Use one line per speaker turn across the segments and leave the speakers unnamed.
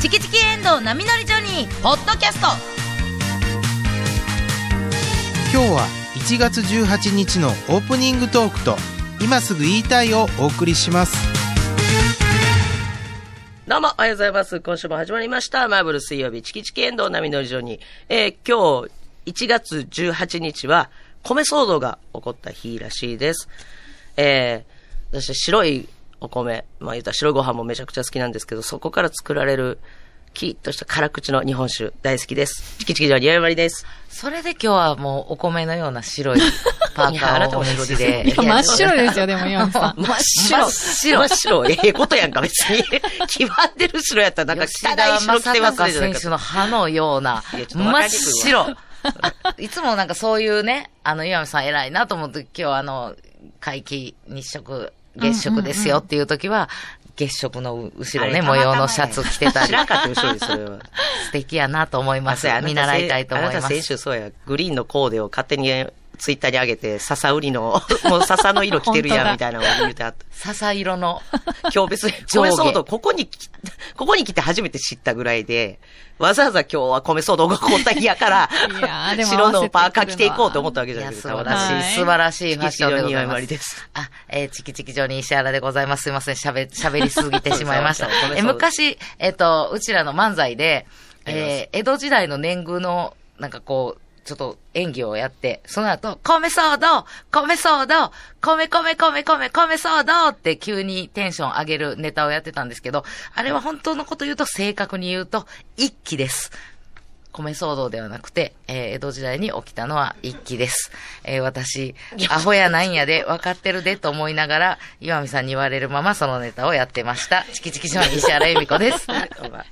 キチキエンドウ波乗りジョニー」ポッドキャスト
今日は1月18日のオープニングトークと今すぐ言いたいをお送りします
どうも、おはようございます。今週も始まりました。マーブル水曜日、チキチキエンドウ波乗り場に。えー、今日、1月18日は、米騒動が起こった日らしいです。えー、私、白いお米、まあ言ったら白いご飯もめちゃくちゃ好きなんですけど、そこから作られる、キリッとした辛口の日本酒、大好きです。チキチキジョニー、やまりです。
それで今日はもうお米のよう な白いパーカーをお持ちで。
いやあなたも白いですよ
いや
真っ白ですよ、でも、岩見さ ん。
真っ白。真っ白。ええことやんか、別に。 決まってる白やったら、なんか汚
吉田
い白着
正
てます
尚
ね、じゃな
選
くて
手の歯のような、
いやちょっとわかり
真っ
にくい
白。いつもなんかそういうね、あの、岩見さん偉いなと思って、今日あの、皆既日食、月食ですよっていう時は、月食の後ろ
あれ
ね、
たま
模
たま
様のシャツ着てた
知
り、
らんかった後ろにそれ は。
素敵やなと思います
そうや。
見習いたいと思
あ
い
な
ま
た
す
先。週そうや、グリーンのコーデを勝手にツイッターに上げて、笹売り の、もう笹の色着てるやんみ
本当
たいなのを言うてあった。
笹色の、
今日別に、
上
米
下
騒動、ここに来、ここに来て初めて知ったぐらいで、わざわざ今日は米騒動が起こった日やから
いやー、でも
白
合わせてくるのは
のパーカー着ていこうと思ったわけ
い
じゃな
や、
いです
素
か、
晴
私。
ら
は
しい、
い
素晴らしいファッションでござい
ま。
ますす。
です。
あ、えーチキチキジョニー石原でございます。すいません。しゃべ、しゃべりすぎてしまいました
そうそうごめん。な
え
さい
昔、えっ、と、うちらの漫才で、
あり
えー江戸時代の年貢の、なんかこう、ちょっと演技をやって、その後、米騒動米騒動米米米米米騒動って急にテンション上げるネタをやってたんですけど、あれは本当のこと言うと、正確に言うと、一期です。米騒動ではなくて、えー江戸時代に起きたのは一揆です。えー私、アホやなんやで分かってるでと思いながら、岩見さんに言われるままそのネタをやってました。チキチキショー石原由美 子です。
お 前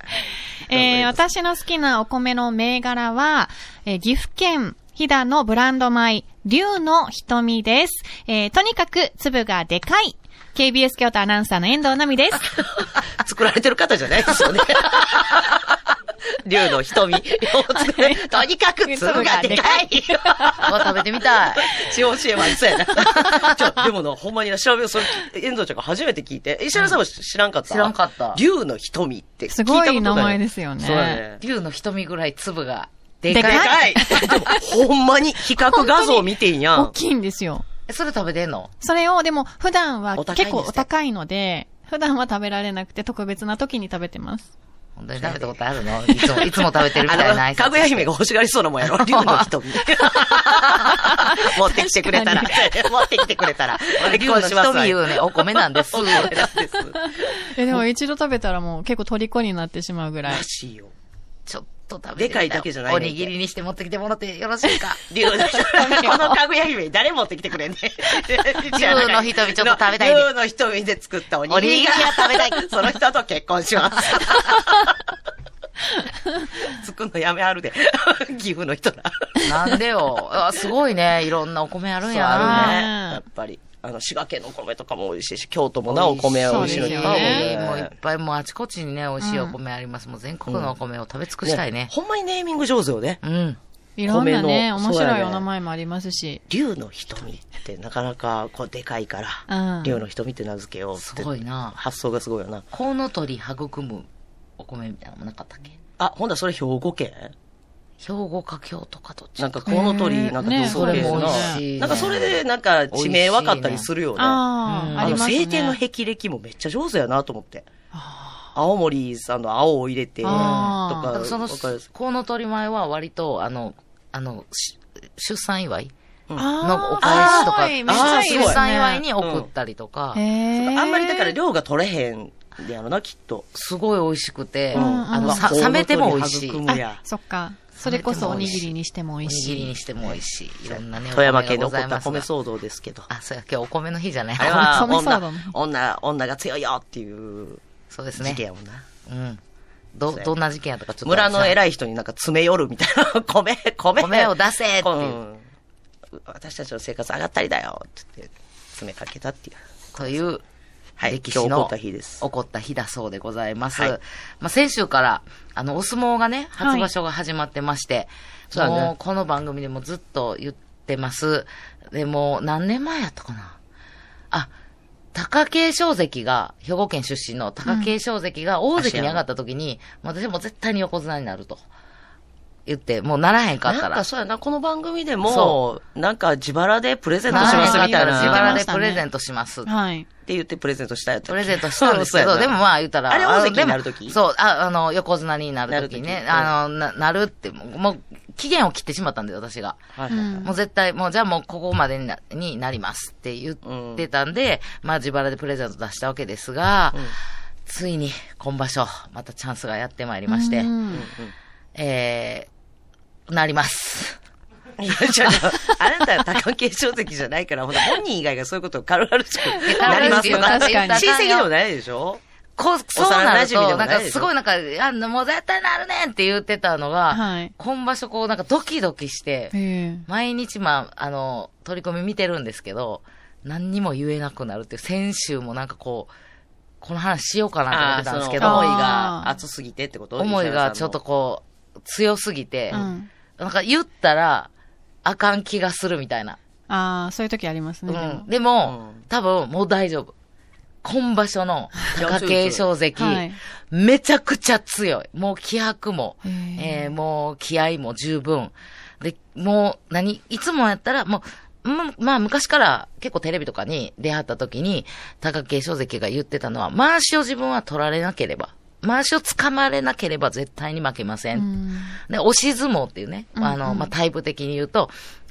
えー、私の好きなお米の銘柄は、えー岐阜県飛騨のブランド米、竜の瞳です。えー、とにかく粒がでかい。KBS 京都アナウンサーの遠藤奈美です。
作られてる方じゃないですよ ね。竜の瞳。とにかく粒がでかい。
わ、食べてみたい。
地方 CM ありそうやな。ちょ、でもな、ほんまにな、調べよう。それ、遠藤ちゃんが初めて聞いて。石原さんも知らんかった
知らんかった
竜の瞳って聞いた
す
こと
ご
ない。
い名前ですよね
そうだね。
竜の瞳ぐらい粒がでかい。
で
でかい。でも、ほんまに、比較画像見てんや
大
ん。
きいんですよ。
それ食べてんの
それを、でも、普段は
お高いんで
結
すね
構お高いので、普段は食べられなくて、特別な時に食べ てます。
本当に食べたことあるのいつも、いつも食べてるみたい
あ
な挨
の、かぐ
拶。
や姫が欲しがりそうなもんや ろ。竜の瞳。持ってきてくれたら。持ってきてくれたら。
竜の瞳言うね、お米な んです。
え、でも一度食べたらもう結構虜になってしまうぐらい
ら。し いよ。
ちょっと食べてみた
でかいだけじゃない
お
ね
にぎりにして持ってきてもらってよろしいか
竜の瞳。このかぐや姫誰持ってきてくれん ね。
竜の瞳ちょっと食べたいんで
竜の瞳で作ったおにぎりが
おにぎりが食べたい
その人と結婚します。 作るのやめはるで。 岐阜の人ら。
なんでよ。あすごいね。いろんなお米あるん
そ
や
うあ
な。
るね。やっぱり。あの、滋賀県のお米とかも美味しいし、京都もな、お米は美味しいのに
そ
ね
うですよ
ねもういっぱい、もうあちこちにね、美味しいお米あります。もう全国のお米を食べ尽くしたいね。
ほんまにネーミング上手よね。
うん。
いろんな
米
ね、
の
面
そうだ
白い
ね
お名前もありますし。
竜の瞳ってなかなか、こう、でかいか
う
ら、
ん
竜の瞳って名付けようって。
すごいな
発想がすごいよな。
コウノトリ育むお米みたいなのもなかったっけ
あ、ほんだらそれ兵庫県
兵庫か京都かどっち
なん
か。
か、コウノトリ、なんか、
ね
それも
それも美味
な、
しいね
なんか、それで、なんか、地名分かったりするよね。
ああ、
うん
あ
あ
り
の、
ますね。
晴天の霹靂もめっちゃ上手やなと思って。青森さんの青を入れて、と
あー
なん
か
か、その
わかる、
コウノトリ前は割と、あの、あの、し出産祝いの
の
お返しとか、
あーすごい
出産祝いに
すごい
送ったりと
あ
か、
んまりだから量が取れへんやろな、きっと。
すごい美味しくて、
うん
あの、さ
うん
冷めても美味しい。
コウノトリ育む
お
もや
あ、そっか。それこそおにぎりにしても美
に
味
ぎり
しい
に。しても美味しい。いろんなね、
富山県で
お
起こ
米が
っ
ござ
た
い
米
ますが
騒動ですけど。
あ、そうや、今日お米の日じゃない。
あれは
米騒動
女、女、女が強いよっていう
そうです
事件
ね。
やもんな。
うん。ど、どんな事件やとかちょっと。
村の
い。
偉い人になんか詰め寄るみたいな。 米、米。
米を出せっていう
うん私たちの生活上がったりだよって言って、詰めかけたっていう。
という、
はい
歴史
今日起こ
の
った日です
起こった日だそうでございます。
はい
まあ、先週から、あの、お相撲がね、
はい
初場所が始まってまして、
そうだね
もう、この番組でもずっと言ってます。でも、何年前やったかな。あ、貴景勝関が、兵庫県出身の貴景勝関が大関に上がった時に、もう私も絶対に横綱になると。言って、もうならへんかっ
な
た
ん
ら。
かそうやな、この番組で
そ
も、なんか自腹でプレゼント
な
し
らへ
ま
ん
す
か
み
った
たい
ら自
な。っ
腹でプレゼントしますって
はい。
て言ってプレゼントしたやつ。
プレゼントしたんです
そ
け
う
ど、
やな
でもまあ言ったら、
あれ
の
大関になる
でも
時
そう、ああの、横綱になる
な
時
る
ね
時、うん
あの、ななるって、もう、もう期限を切ってしまったんで、私が。
はい
うん
はいはい
もう絶対、もうじゃあもうここまでになになりますって言ってたんで、まあ自腹でプレゼント出したわけですが、
うん
ついに今場所、またチャンスがやってまいりまして、
うん
えー、なります。
いや、じゃあ、あなたは高景勝関じゃないから、ほんと本人以外がそういうことを軽々 しくなりますとか。
確かに
親戚でもないでしょ
こう、そうなる
幼馴染で
と、
もな
な
んい
か
でしょ
すごいなんか、あの、もう絶対なるねんって言ってたのが、
はい
今場所こうなんかドキドキして、
え
毎日まあ、あの、取り込み見てるんですけど、何にも言えなくなるっていう、先週もなんかこう、この話しようかなと思ってたんですけ
あーその
ど、
思いが熱すぎてってこと
思いがちょっと。こう、強すぎて
え、うん。
なんか言ったら、あかん気がするみたいな。
ああ、そういう時ありま
う
すね。で
ん。
も
でも
うん、
多分もう大丈夫。今場所の貴景勝関
はい、
めちゃくちゃ強い。もう気迫も、
へえ
えーもう気合も十分。で、もう、何いつもやったら、もう、むまあ昔から結構テレビとかに出会った時に、貴景勝関が言ってたのは、回しを自分は取られなければ、回しを掴まれなければ絶対に負けません。
うん
で、押し相撲っていうね、あ
うんう
の、
ん
まあ、タイプ的に言うと、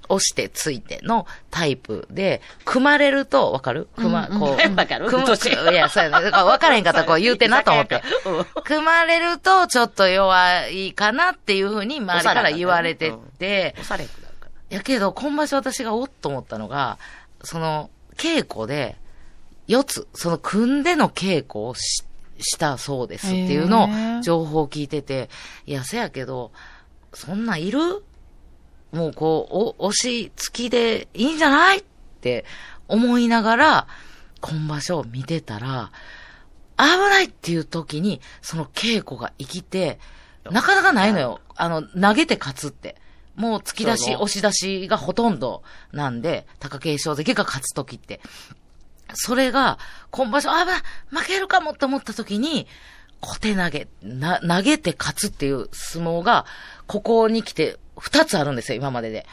押してついてのタイプで、組まれると、わかる組ま、
うんう ん
こう。
わかる
組む
どっち。
いや、そうやね。だから分からへんかったらこう言うてなと思って
うん
組まれると、ちょっと弱いかなっていうふうに周りから言われてて、
おされくなるか
やけど、今場所私がおっと思ったのが、その、稽古で、四つ、その組んでの稽古をししたそうですっていうの
へー
を、情報を聞いてて、いや、せやけど、そんなんいるもうこう、お、押し付きでいいんじゃないって思いながら、今場所を見てたら、危ないっていう時に、その稽古が生きて、なかなかないのよ。あの、投げて勝つって。もう突き出
そう
し、
そう
押し出しがほとんどなんで、貴景勝関が勝つ時って。それが、今場所、あ、まあ、負けるかもって思った時に、小手投げ、な、投げて勝つっていう相撲が、ここに来て二つあるんですよ、今までで。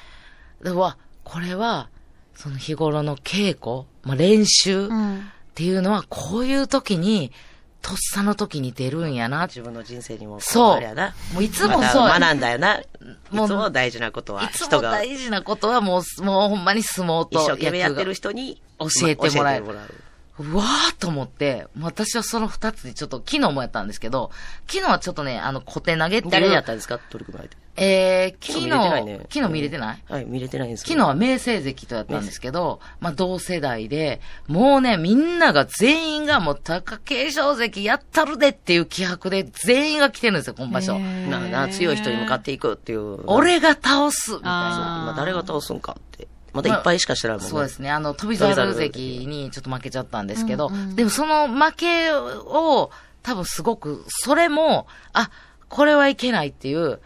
で、うわ、これは、その日頃の稽古、まあ、練習っ
うん
ていうのは、こういう時に、とっさの時に出るんやなって
自分の人生にも。
そう
あれやな。
もういつもそう
また学んだよな。いつ
もう
も大事なことはい
つ
人
も
が
大事なことはもう、もうほんまに相撲
一
と
生
野
懸命や
球
って
が
る。人に
教えてもらえる
まあ教えても
うわーと思って、もう私はその二つにちょっと、昨日もやったんですけど、昨日はちょっとね、あの、小手投げっていう。
誰にやったんですか取り組まれて。
えー、昨
昨日見
日
れてないね、
昨日見れてない、
はい、見れてないんです
昨日は名成績とやったんですけど、まあ同世代で、もうね、みんなが全員がもう貴景勝関やったるでっていう気迫で全員が来てるんですよ、今場所。
へえ
なな強い人に向かっていくっていう。
俺が倒すみたい
そう
な。
あー
まあ、誰が倒すんかって。またいっぱいしかしてないもんね。
そうですね。あの、飛沢ル関にちょっと負けちゃったんですけど、
うんうん
でもその負けを、多分すごく、それも、あ、これはいけないっていう、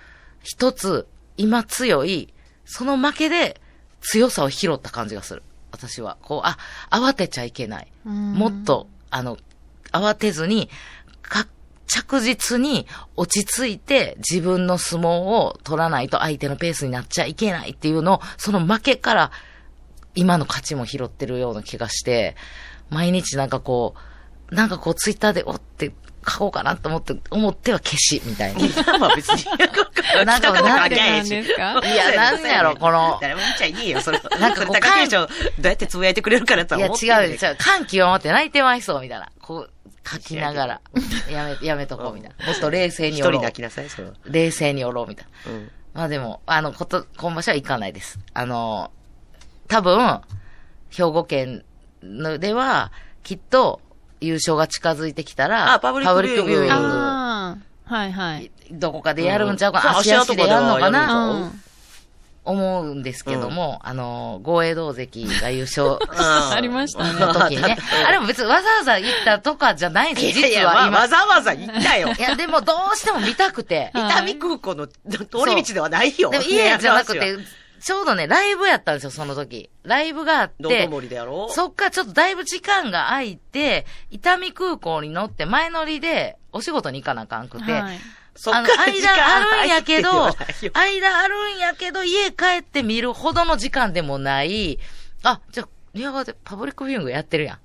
一つ、今強い、その負けで強さを拾った感じがする。私は。こう、あ、慌てちゃいけない。
うん
もっと、あの、慌てずに、か、着実に落ち着いて自分の相撲を取らないと相手のペースになっちゃいけないっていうのを、その負けから今の勝ちも拾ってるような気がして、毎日なんかこう、なんかこうツイッターでおって書こうかなと思って、思っては消しみたいな。
まあ別 に。
なんか
来たこと
なん
でなんです か
いやなんやろこの
誰も見ちゃいねえよ、それ。
なんか
そ
こう
れ高橋どうやってつぶやいてくれるかなと
い
は
や
思って
違うよ、違
う。
う。感極まって泣いてまいそうみたいな。こう、書きながら、やめ、やめとこうみたいな。もっと冷静
一
にお
人
ろう
泣きなさい、それは。
冷静におろうみたいな。
うん。
まあでも、あの、こと、今場所は行かないです。あの、多分、兵庫県のでは、きっと、優勝が近づいてきたら、
あパブリックビューイング
グ
ああ、はいはい。
どこかでやるんちゃうか
うん
な、
そう
足足でやるのか
あ足
う
跡と
な、
か
ん。
思うんですけども、あの、豪栄道関が優勝
あ。
ありましたね
の時にねあれも別にわざわざ行ったとかじゃないんですよ、
いや
実
いや、
は
わ
今
わ。ざわざ行った よ
い。や、でもどうしても見たくて。
はい
伊丹空港の通り道ではないよ。
でも家じゃなく
いや
て、ちょうどね、ライブやったんですよ、その時。ライブがあっ
道
て
頓、堀でやろう。
そっからちょっとだいぶ時間が空いて、伊丹空港に乗って前乗りでお仕事に行かなあかんくて、
はい。
そっ
あ
か
の、
ら時
間
間
あるんやけど
入ってないよ、
間あるんやけど、家帰って見るほどの時間でもない、あ、じゃあ、リハーでパブリックビューイングやってるやん。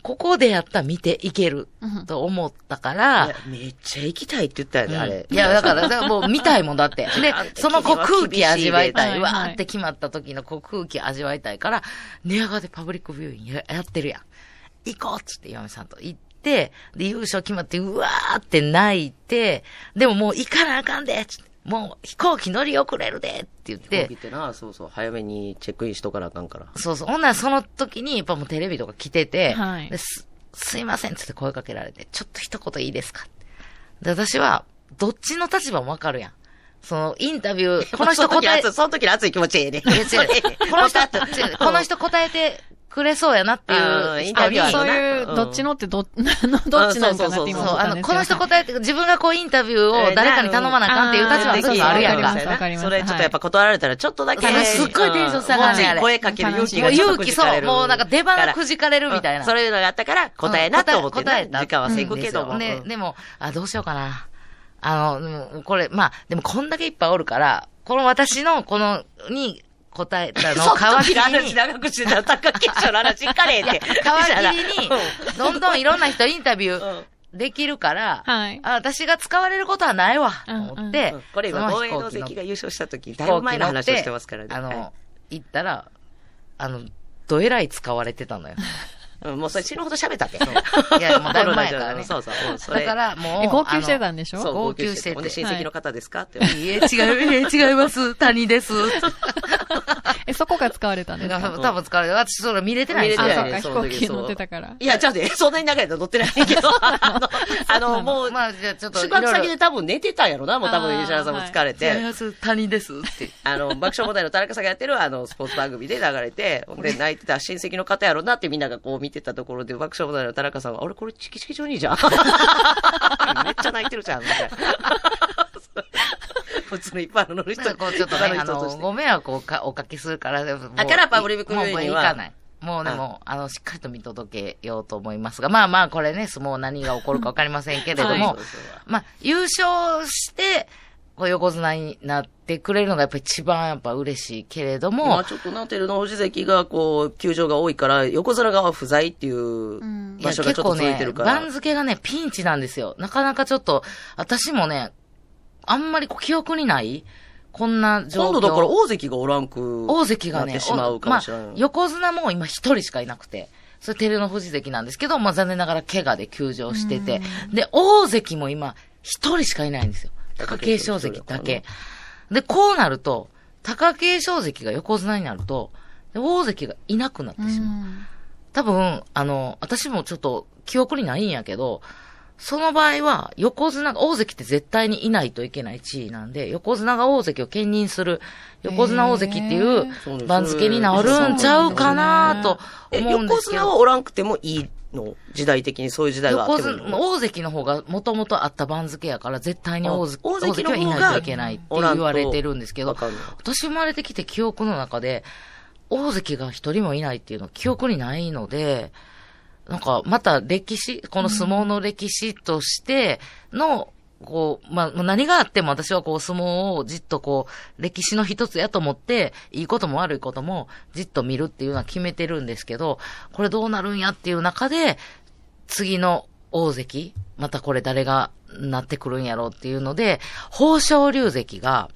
ここでやったら見ていける
うん、
と思ったから、
いやめっちゃ行きたいって言ったよね、あれ。
いや、だから、だからもう見たいもんだ って。で、そのこう空気味わいた。
はいい
わ
はい
ーって決まった時のこう空気味わいたいから、寝屋川でパブリックビューイングややってるやん。行こうっつって、嫁さんと行って、で、優勝決まって、うわーって泣いて、でももう行かなあかんでっつってもう飛行機乗り遅れるでって言っ
飛
て
行機、ってな、そうそう、早めにチェックインしとかなあかんから。
そうそう。ほんならその時に、やっぱもうテレビとか来てて、
はい
ですすいませんっつって声かけられて、ちょっと一言いいですかで、私は、どっちの立場もわかるやん。その、インタビ ュー、この人
そ時
答え、
熱いその時の熱い気持ちええね。
いや違うこの人、違うこの
人、
人答えてくれそうやなっていう
うんイン
人
タビ
に
ュアー
そう
の
いう、どっちのってど、 あのどっちなんかなって
そ
今
う
思、った
あ
ん
の、
ですけ
こ
ど。
の人答えて、自分がこうインタビューを誰かに頼まなあかんっていう立場
あ
は
ー
ちょっとあるやん
わか
か
りま。すわかります
それちょっとやっぱ断られたら、ちょっとだけ。
はいすっごいテンション下がるね
うん
あれ
声かける勇気
も
が
う
ちょっとく
勇気
じか
そ
れ
う、
る
もうなんか出番
から
くじかれるみたいな。
そういうのがあったから、答えなと思って
答
ね、
え、答え
時間はせいくけども。
うんで
うん
でも、あ、どうしようかな。あの、でもこれ、まあ、でもこんだけいっぱいおるから、この私の、この、に答えた の
そ
を
っか、
皮
の
切り
話
に、
長くしてたら、高木師匠の話いかれへんって。
皮切 りに
うん、
どんどんいろんな人インタビュ
う
ー
ん
できるから、
はい
あ私が使われることはないわ、と思って、
うんこれ今、
その
防衛
飛行
の
機乗っ
関が優勝した時、だ
飛
いぶ
行
前
機
の
乗っ
話を
て、
してますからね。
あの、
はい
行ったら、あの、どえらい使われてたのよ。
うんもうそれ死ぬほど喋ったって。
いや、もうだいぶ前やからね。
そうそう。うんそ
だ
れ
からもう。
え、号泣し
あ
て
の
たんでし
そ
ょ
う
号泣してて
ほんで親戚の方ですかって。
いえ、違う、いえ、違います。谷です。
え、そこが使われたんですか
多分疲れて、私それ見れてないんです
見
あ、
れ
よ
て。
そ
な
っ
いその
か、飛行
時
機
そう
乗ってたから。
いや、ちょっとね、そんなに長い間乗ってないけ ど、あの、あのもう、
まあ、じゃあちょっとい
宿
ろいろ。
泊先で多分寝てたんやろな、もう多
あ
分、
ー
吉原さんも疲れて。
違います。谷です。って。
あの、爆笑問題の田中さんがやってる、あの、スポーツ番組で流れて、ほんで、泣いてた親戚の方やろなってみんながこう見てたところで、爆笑問題の田中さんは、あれこれチキチキジョニー じゃんめっちゃ泣いてるじゃん、みたいな。普通の一般の乗る人
ちょっとこう、ちょっとね、あ
他の人とし
の、
て
ご迷惑をかおかけするから、でも
あからパブリックビューイング
もうもう行
は
かない。もうでも、あの、しっかりと見届けようと思いますが、まあまあ、これね、もう何が起こるかわかりませんけれど も、
はい
まあ、優勝して、こう横綱になってくれるのがやっぱ一番やっぱ嬉しいけれども、
まあちょっとな、照ノ富士関が、こう、球場が多いから、横綱が不在っていう
うん
場所がちょっと続いてるから。
いや結構ね、番付がね、ピンチなんですよ。なかなかちょっと、私もね、あんまりこう記憶にないこんな状況。
今度だから大関がおらんく、
大関が
なっ
ね
てしまう、か
ま
も
あ
しれない。、
横綱も今一人しかいなくて、それ照ノ富士関なんですけど、まあ残念ながら怪我で休場してて、で、大関も今一人しかいないんですよ。貴景勝関だけ。で、こうなると、貴景勝関が横綱になると、で大関がいなくなって
う
しまう。
ん
多分、あの、私もちょっと記憶にないんやけど、その場合は、横綱が、大関って絶対にいないといけない地位なんで、横綱が大関を兼任する、横綱大関ってい
へ
そうです
う番付になるんちゃうかなと
え
思うんで
横
すけ
綱
ど。
はおらんくてもいいの時代的にそういう時代があ
横
ってもいい
綱、
の
大関の方がもともとあった番付やから、絶対に大関
あ大
大
関
関
の
は
方が
いないといけないって言われてるんですけ
わ
ど、
かんない
私生まれてきて記憶の中で、大関が一人もいないっていうのは記憶にないので、なんかまた歴史、この相撲の歴史としての、こう、まあ、何があっても私はこう相撲をじっとこう、歴史の一つやと思って、いいことも悪いこともじっと見るっていうのは決めてるんですけど、これどうなるんやっていう中で、次の大関、またこれ誰がなってくるんやろうっていうので、豊昇龍関が、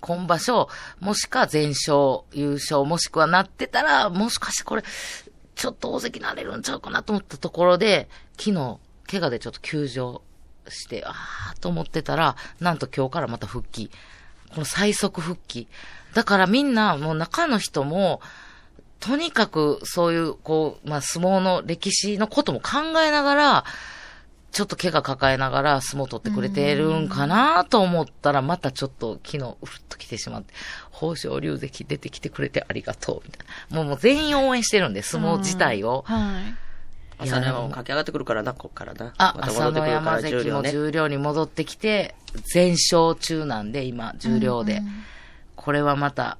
今場所、もしか全勝、優勝、もしくはなってたら、もしかしてこれ、ちょっと大関なれるんちゃうかなと思ったところで、昨日、怪我でちょっと休場して、あーと思ってたら、なんと今日からまた復帰。この最速復帰。だからみんな、もう中の人も、とにかくそういう、こう、まあ、相撲の歴史のことも考えながら、ちょっと怪我抱えながら相撲取ってくれてるんかなと思ったら、またちょっと昨日、うるっと来てしまって、豊昇龍関出てきてくれてありがとう、みたいな。もうもう全員応援してるんで、相撲自体を。
はい。
朝乃山も駆け上がってくるからなこっからな
あ、
また戻
朝
って
の
くるか
山
ら重
関
量
も
ね
十両に戻ってきて、全勝中なんで、今、十両で。ここれはまた、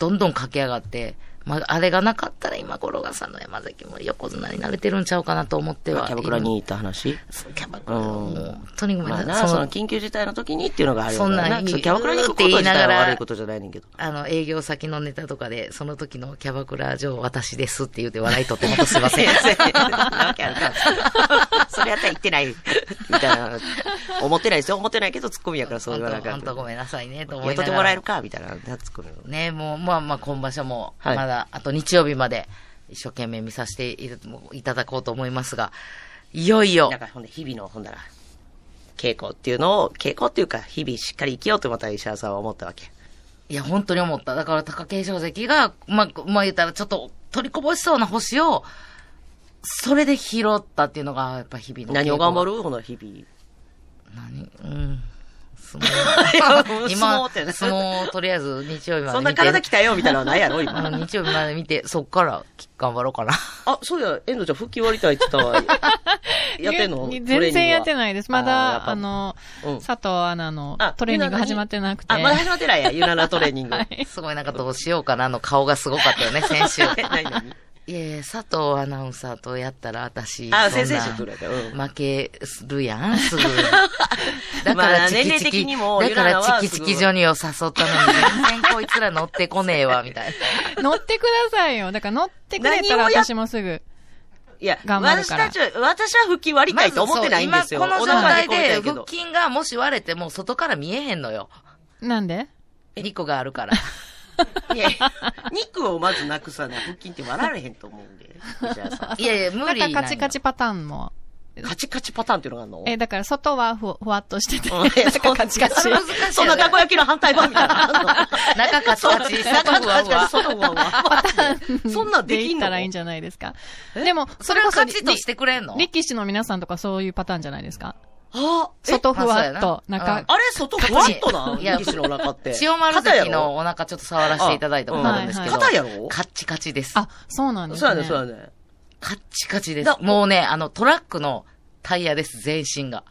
どんどん駆け上がって、まあ、あれがなかったら今頃がさんの山崎も横綱になれてるんちゃうかなと思って
キ
は。
ャバクラに行った話
そう。キャバクラはもう、
うん
本当にごめん
まあ
な
な
さい。
そ
そ
の
の、
緊急事態の時にっていうのがあるよ
そん
な
な
なんかキャバクラに行くこと自体は悪いことじゃないねんけど。
あの、営業先のネタとかで、その時のキャバクラ嬢私ですって言って笑いとってもっとすいません。
なわけあるか。それやったら言ってない。みたいな。思ってないですよ。思ってないけど、ツッコミやから そう言わなあかん
本当ごめんなさいね、と思い
雇
ながら。
ってもらえるかみたいな、ツッコミを。
ね、もう、まあまあ、今場所も、
はい
まだ、あと日曜日まで、一生懸命見させていたもういただこうと思いますが、いよいよ
なん、か、ほんで、日々の、ほんだら、稽古っていうのを、稽古っていうか、日々しっかり生きようとまた石原さんは思ったわけ。
いや、本当に思った。だから、貴景勝関が、まあ、まあ言ったら、ちょっと取りこぼしそうな星を、それで拾ったっていうのが、やっぱ日々の稽古。
何を頑張
る
るほな、日々。
何うん。 相
もう相
撲。
撲
今、
ってね
相撲をとりあえず日曜日まで見て。
そんな体鍛えようみたいなのはないやろ、
あの
今。
日曜日まで見て、そっから頑張ろうかな。
あ、そうや、遠藤ちゃん、腹筋割りたいって言った わ。やってんの
いや全然やってないです。ま
あーやっ
だ、
ぱ
あの、
うん
佐藤アナの
あ
トレーニング始まってなくて。
あ、まだ始まってないや、ゆななトレー ニング。
すごいなんかどうしようかなの顔がすごかったよね、先週。
え何何
いやいや、佐藤アナウンサーとやったら私、
あ、
そん
先
な
生してくれた。うん。
負けるや ん、すぐ。だか
まあ
らチ
年
キ
齢
チ
的
キ、
にも
だか
ゆらら
ら
は
チキチキジョニーを誘ったのに、全然こいつら乗ってこねえわ、み たいな。
乗ってくださいよ。だから乗ってくれた
何
ら
をやっ
私もすぐ。
いや、
頑張る
私
から
たちは、私は腹筋割りたいと思ってないんですよ。
まずそう
お
今この状
腹
態
へこみたい
で
け
腹
ど
筋がもし割れても外から見えへんのよ。
なんで
2個があ るから。
いや肉をまずなくさな、腹筋って割られへんと思うんで、石原さん。
いやいや、無
なん
理な
か
んよ
カチカチパターンも。
カチカチパターンっていうのがあるの
え、だから外はふふわっとしてて。
うんえそん
カチカチ
そんな
難しいよね
そんなたこ焼きの反対版みたいなのあん の。
中カチカチ、
中
中
カ
ふわ
チ
ふ
カ
わ
チ、。外ふわふわ。そんなんできん
い
の
ったらいいんじゃないですか。でも、そ
そ
れ
れ
こ
を
そ
カ
り、
チッとしてくれんの
力士の皆さんとかそういうパターンじゃないですか。
あえ
外ふわっと、
まあそうやな
中、
あれ外ふわっとない
や
力士のお腹って。
千代丸
肩や
関
ろ
のお腹ちょっと触らせていただいたことあるんですけど。
あうんはいはい肩やろ
カッチカチです。
あ、そうなんです
そう
ね。
やね、そうやね。
カッチカチで
だ
す。もうね、あの、トラックのタイヤです、全身が。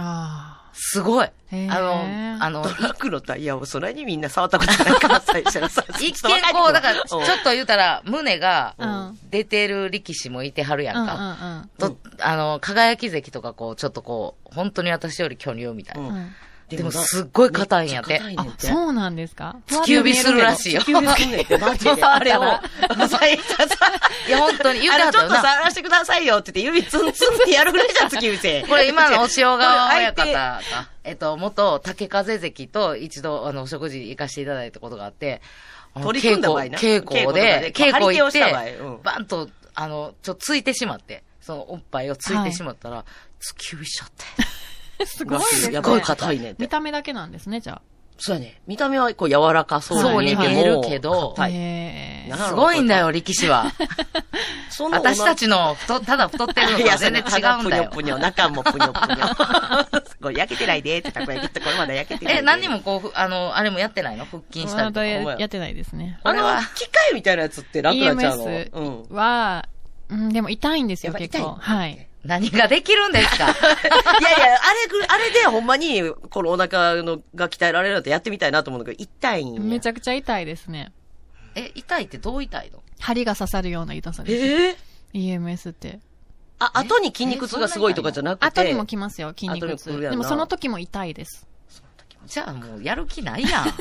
あ
すごい。あ
へー
の、あの
ト、ラックのタイヤをそれにみんな触ったことないからさ、石原さん。
一見こう、だから、ちょ
うん
っと言うたら、胸が
うん
出てる力士もいてはるや
あ。うんんう
か。
んう
と、
ん。
あの、輝き関とかこう、ちょっとこう、本当に私より巨乳みたいな。
うん
うん
でも、すっごい硬いんやって。
めっちゃ硬いね
あ
ん、て
そうなんですか
突き指するらしいよ。
地球ですんねんってマジ で。あれを、最初さ、
いや、本当に言う
あ
てはっ
れち
た
ょっと
よな。
触らせてくださいよって言って、指ツンツンってやるぐらいじゃん、月見 せ。
これ今のお塩川親
こ
方
れ相
が、えっと、元竹風関と一度、あの、お食事行かせていただいたことがあって、あの
取り組んだ場合な
稽古稽古で、
稽古と
稽
かで
古行っ
張り手をした
て
場合うん、
バンと、あの、ちょ、ついてしまって、そのおっぱいをついてしまったら、突き指しちゃって。
すごいです
手。
ね
や。ばい硬いねん
見
て。
た目だけなんですね、じゃ
そうやね。見た目はこう柔らかそう
そうに見えるけど
あ。
硬い
へー
な
すごいんだよ、力 士は。
その
私たちの、太、ただ太ってるの
い
と
や、
は
全
全
然
然
違
違
う
うん
だ
んだ
よ。
よ
ぷ。にょぷにょ、中もぷにょぷにょ。 すごい、焼けてないでって、たこ焼きってこれまだ焼けてないで。
え、何にもこう、ふあの、あれもやってないの腹筋したり
ま
とか
だ。ややってないですね。
あ
これは
の、機械みたいなやつって楽なっちゃうの。うん。
EMS は、うん、でも痛いんです
や
よ、
っぱ
結
痛い
構。はい。
何ができるんですか
い やいや、あれぐ、あれでほんまに、このお腹のが鍛えられるのってやってみたいなと思うんだけど、痛いんや。
めち
ゃ
ゃくちゃ痛いですね。
え、痛いってどう痛いの
針が刺さるような痛さです。
ええ
EMS って。
あ、後に筋肉痛がすごいとかじゃなくて。
後にも来ますよ、筋
後
肉
に来る
痛。
やんな
でもその時も痛いです。
じゃあもうやる気ないやん。
い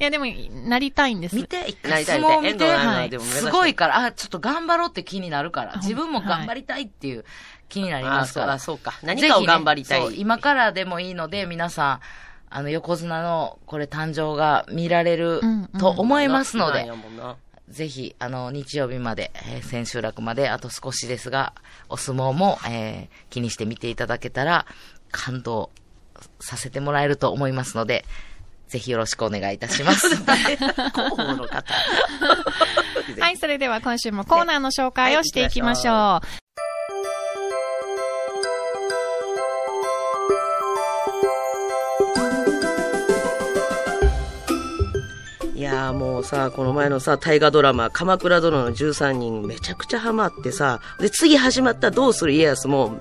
や、でも、なりたいんです。
見て、一
な
回
りたい
相
みたい
撲見て、
遠藤
アナはい
でも目指して
すごいから、あ、ちょっと頑張ろうって気になるから、
あ
自分も頑張りたいっていう気になり
あ
ま
ー、
す
そ
か
う
ら。
あそうか。何かを頑張りた
ぜ
い。
ひねそう今からでもいいので、皆さん、あの、横綱の、これ誕生が見られる
うんうん
と思いますの
今
で
や、もん な
ぜひ、あの、日曜日まで、えー千秋楽まで、あと少しですが、お相撲も、えー気にして見ていただけたら、感動させてもらえると思いますので、ぜひよろしくお願いいた します。
広報の方。
はい、それでは今週もコーナーの紹介をしていきましょう。
いやーもうさ、この前のさ、大河ドラマ、鎌倉殿の13人、めちゃくちゃハマってさ、で、次始まったどうする家康も、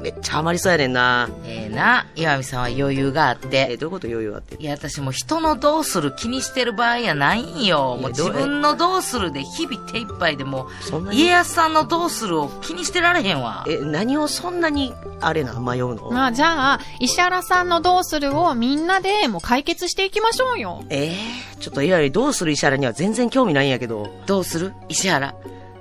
めっちゃハマりそうやねんな。
ええな、岩見さんは余裕があっ
え
て。
どういうこと余裕があって。
いや、私もう人のどうする気にしてる場合やないんよ。
い
も
や
う自
どう
分のどうするで日々手一杯でも
そんな
う、
に
家康さんのどうするを気にしてられへんわ。
え、何をそんなに、あれな、迷うの
まあじゃあ、石原さんのどうするをみんなでもう解決していきましょうよ。
ええちょっといわゆるどうする石原には全然興味ないんやけど。
どうする石原。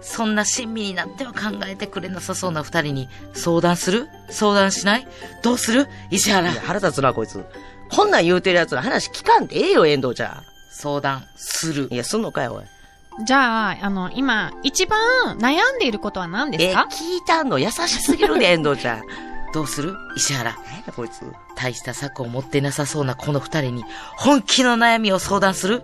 そんな親身になっては考えてくれなさそうな二人に相談する相談しないどうする石原
いや。腹立つな、こいつ。こんなん言うてるやつの話聞かんでええよ、遠藤ちゃ
相談する
ん。い。や、すんのかよ、おい。
じゃあ、あの、今、一番悩んでいることは何です
え、
か
聞いたの優しすぎるで、遠藤ちゃん。
どうする石原。
何や、こいつ。
大した策を持ってなさそうなこの二人に本気の悩みを相談する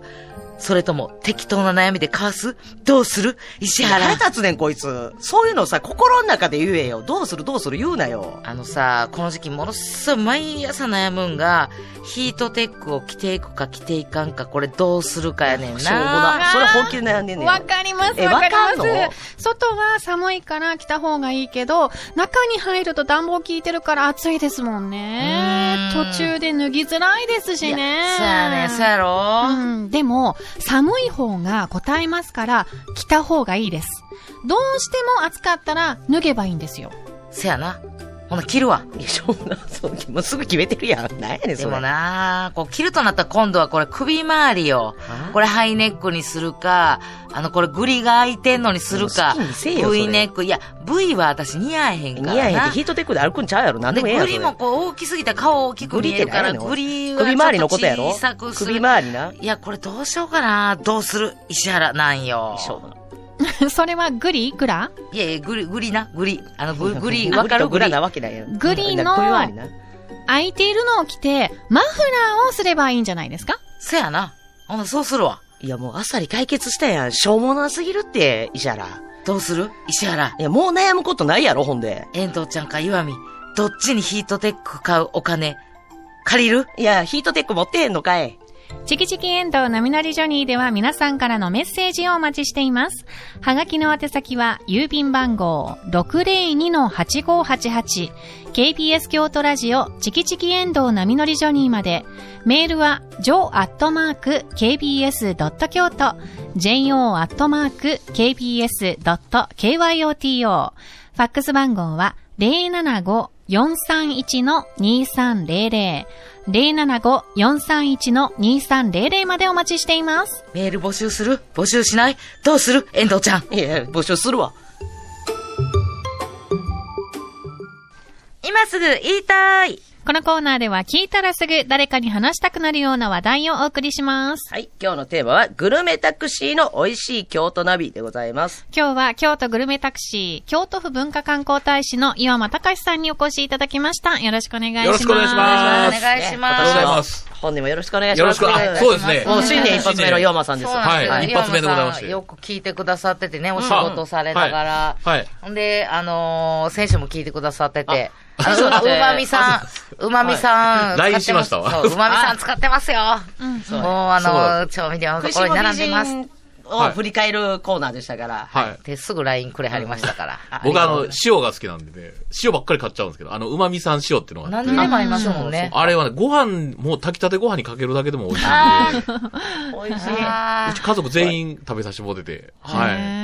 それとも適当な悩みでかわすどうする石
腹
原。
立つねん、こいつ。そういうのさ、心の中で言えよ。どうする、どうする、言うなよ。
あのさ、この時期ものすごい毎朝悩むんが、ヒートテックを着ていくか着ていかんか、これどうするかやねんな。
しょうもな。それ本気で悩んでんねん。
わかります、
え
わかり
わかん
ま
の
す。外は寒いから来た方がいいけど、中に入ると暖房効いてるから暑いですもんね。
うーん
途中で脱ぎづらいですしね。
そうやねん、そうやろ、
うん、でも、寒い方が答えますから、着た方がいいです。どうしても暑かったら脱げばいいんですよ。
せやな。ほな、切るわ。
いや、しょうもな。そう、もうすぐ決めてるやん。何やねん、
で
それ。
もなこう切るとなったら今度はこれ首周り
は。
よこれハイネックにするか、あの、これグリが開いてんのにするか
もう好きにせえ、よそれ
V ネック。いや、V は私似合えへんからな。
似合えへんってヒートテックで歩くんちゃうやろ。なんでもええ
で、
や
グ
ろ。
リ
それ
もこう大きすぎたら顔大きく
グリ
見
っ
え
て
るか
何や
ら、
ねん。
グリは
首周りのことやろ
小さくする。
首周りな。
いや、これどうしようかな。どうする石原なんよ。
しょうもな。
それはグリいくら
いやいや、グリ、グリな、グリ。あの、グリ、グ
グ
リ、
リ
わかる
とグラ なわけないやん。
グリの
なんか首周りな
空いているのを着て、マフラーをすればいいんじゃないですか
せやな。ほな、そうするわ。
いや、もうあっさり解決したやん。しょうもなすぎるって、石原。
どうする石原。
いや、もう悩むことないやろ、ほんで。
遠藤ちゃんか岩見、どっちにヒートテック買うお金、借りる
いや、ヒートテック持ってへんのかい。
チキチキエンドウ波乗りジョニーでは皆さんからのメッセージをお待ちしています。はがきの宛先は郵便番号 602-8588KBS 京都ラジオチキチキエンドウ波乗りジョニーまで。メールは jo.kbs.kyoto jo.kbs.kyoto ファックス番号は075-431-2300 075-431-2300までお待ちしています。
メール募集する募集しないどうする遠藤ちゃん。
いや、募集するわ。
今すぐ言いたい
このコーナーでは聞いたらすぐ誰かに話したくなるような話題をお送りします。
はい、今日のテーマは、グルメタクシーの美味しい京都ナビでございます。
今日は京都グルメタクシー、京都府文化観光大使の岩間隆さんにお越しいただきました。よろしくお願いします。
よろしくお願いしま
お
す
願いしま
ありがとうござ
す。
います。
本人もよろしくお願いし
よ
ま
ろ
す。
しく、あ、そうですね。
もう新年一発目のヨーマさんです。
そうなんですよ、
はい
リアム
一発目でございまし
さ
て
んよく聞いてくださっててね、お仕事されながら。
はいはい
ほんで、あのー、選手も聞いてくださってて。あ
あそうだ
の、う
ね
まみさん、うまみさん。
はい
使って
LINE
す
しましたわ
そう、うまみさん使ってますよ。
う
もう、あ
そうだ
のー、調味料のと
食い
こ
しん
ろに
坊美
並んでます。
人を振り返るコーナーでしたから。
はい。
で、すぐ LINE くれはりましたから。
僕あの、塩が好きなんでね、塩ばっかり買っちゃうんですけど、あの、うまみさん塩っていうのがあっ
何
て
でもありますもんね。
あれはね、ご飯、もう炊きたてご飯にかけるだけでも美味しいんで、
美味しい。
あ
うち家族全員食べさせてもらってて、は
へー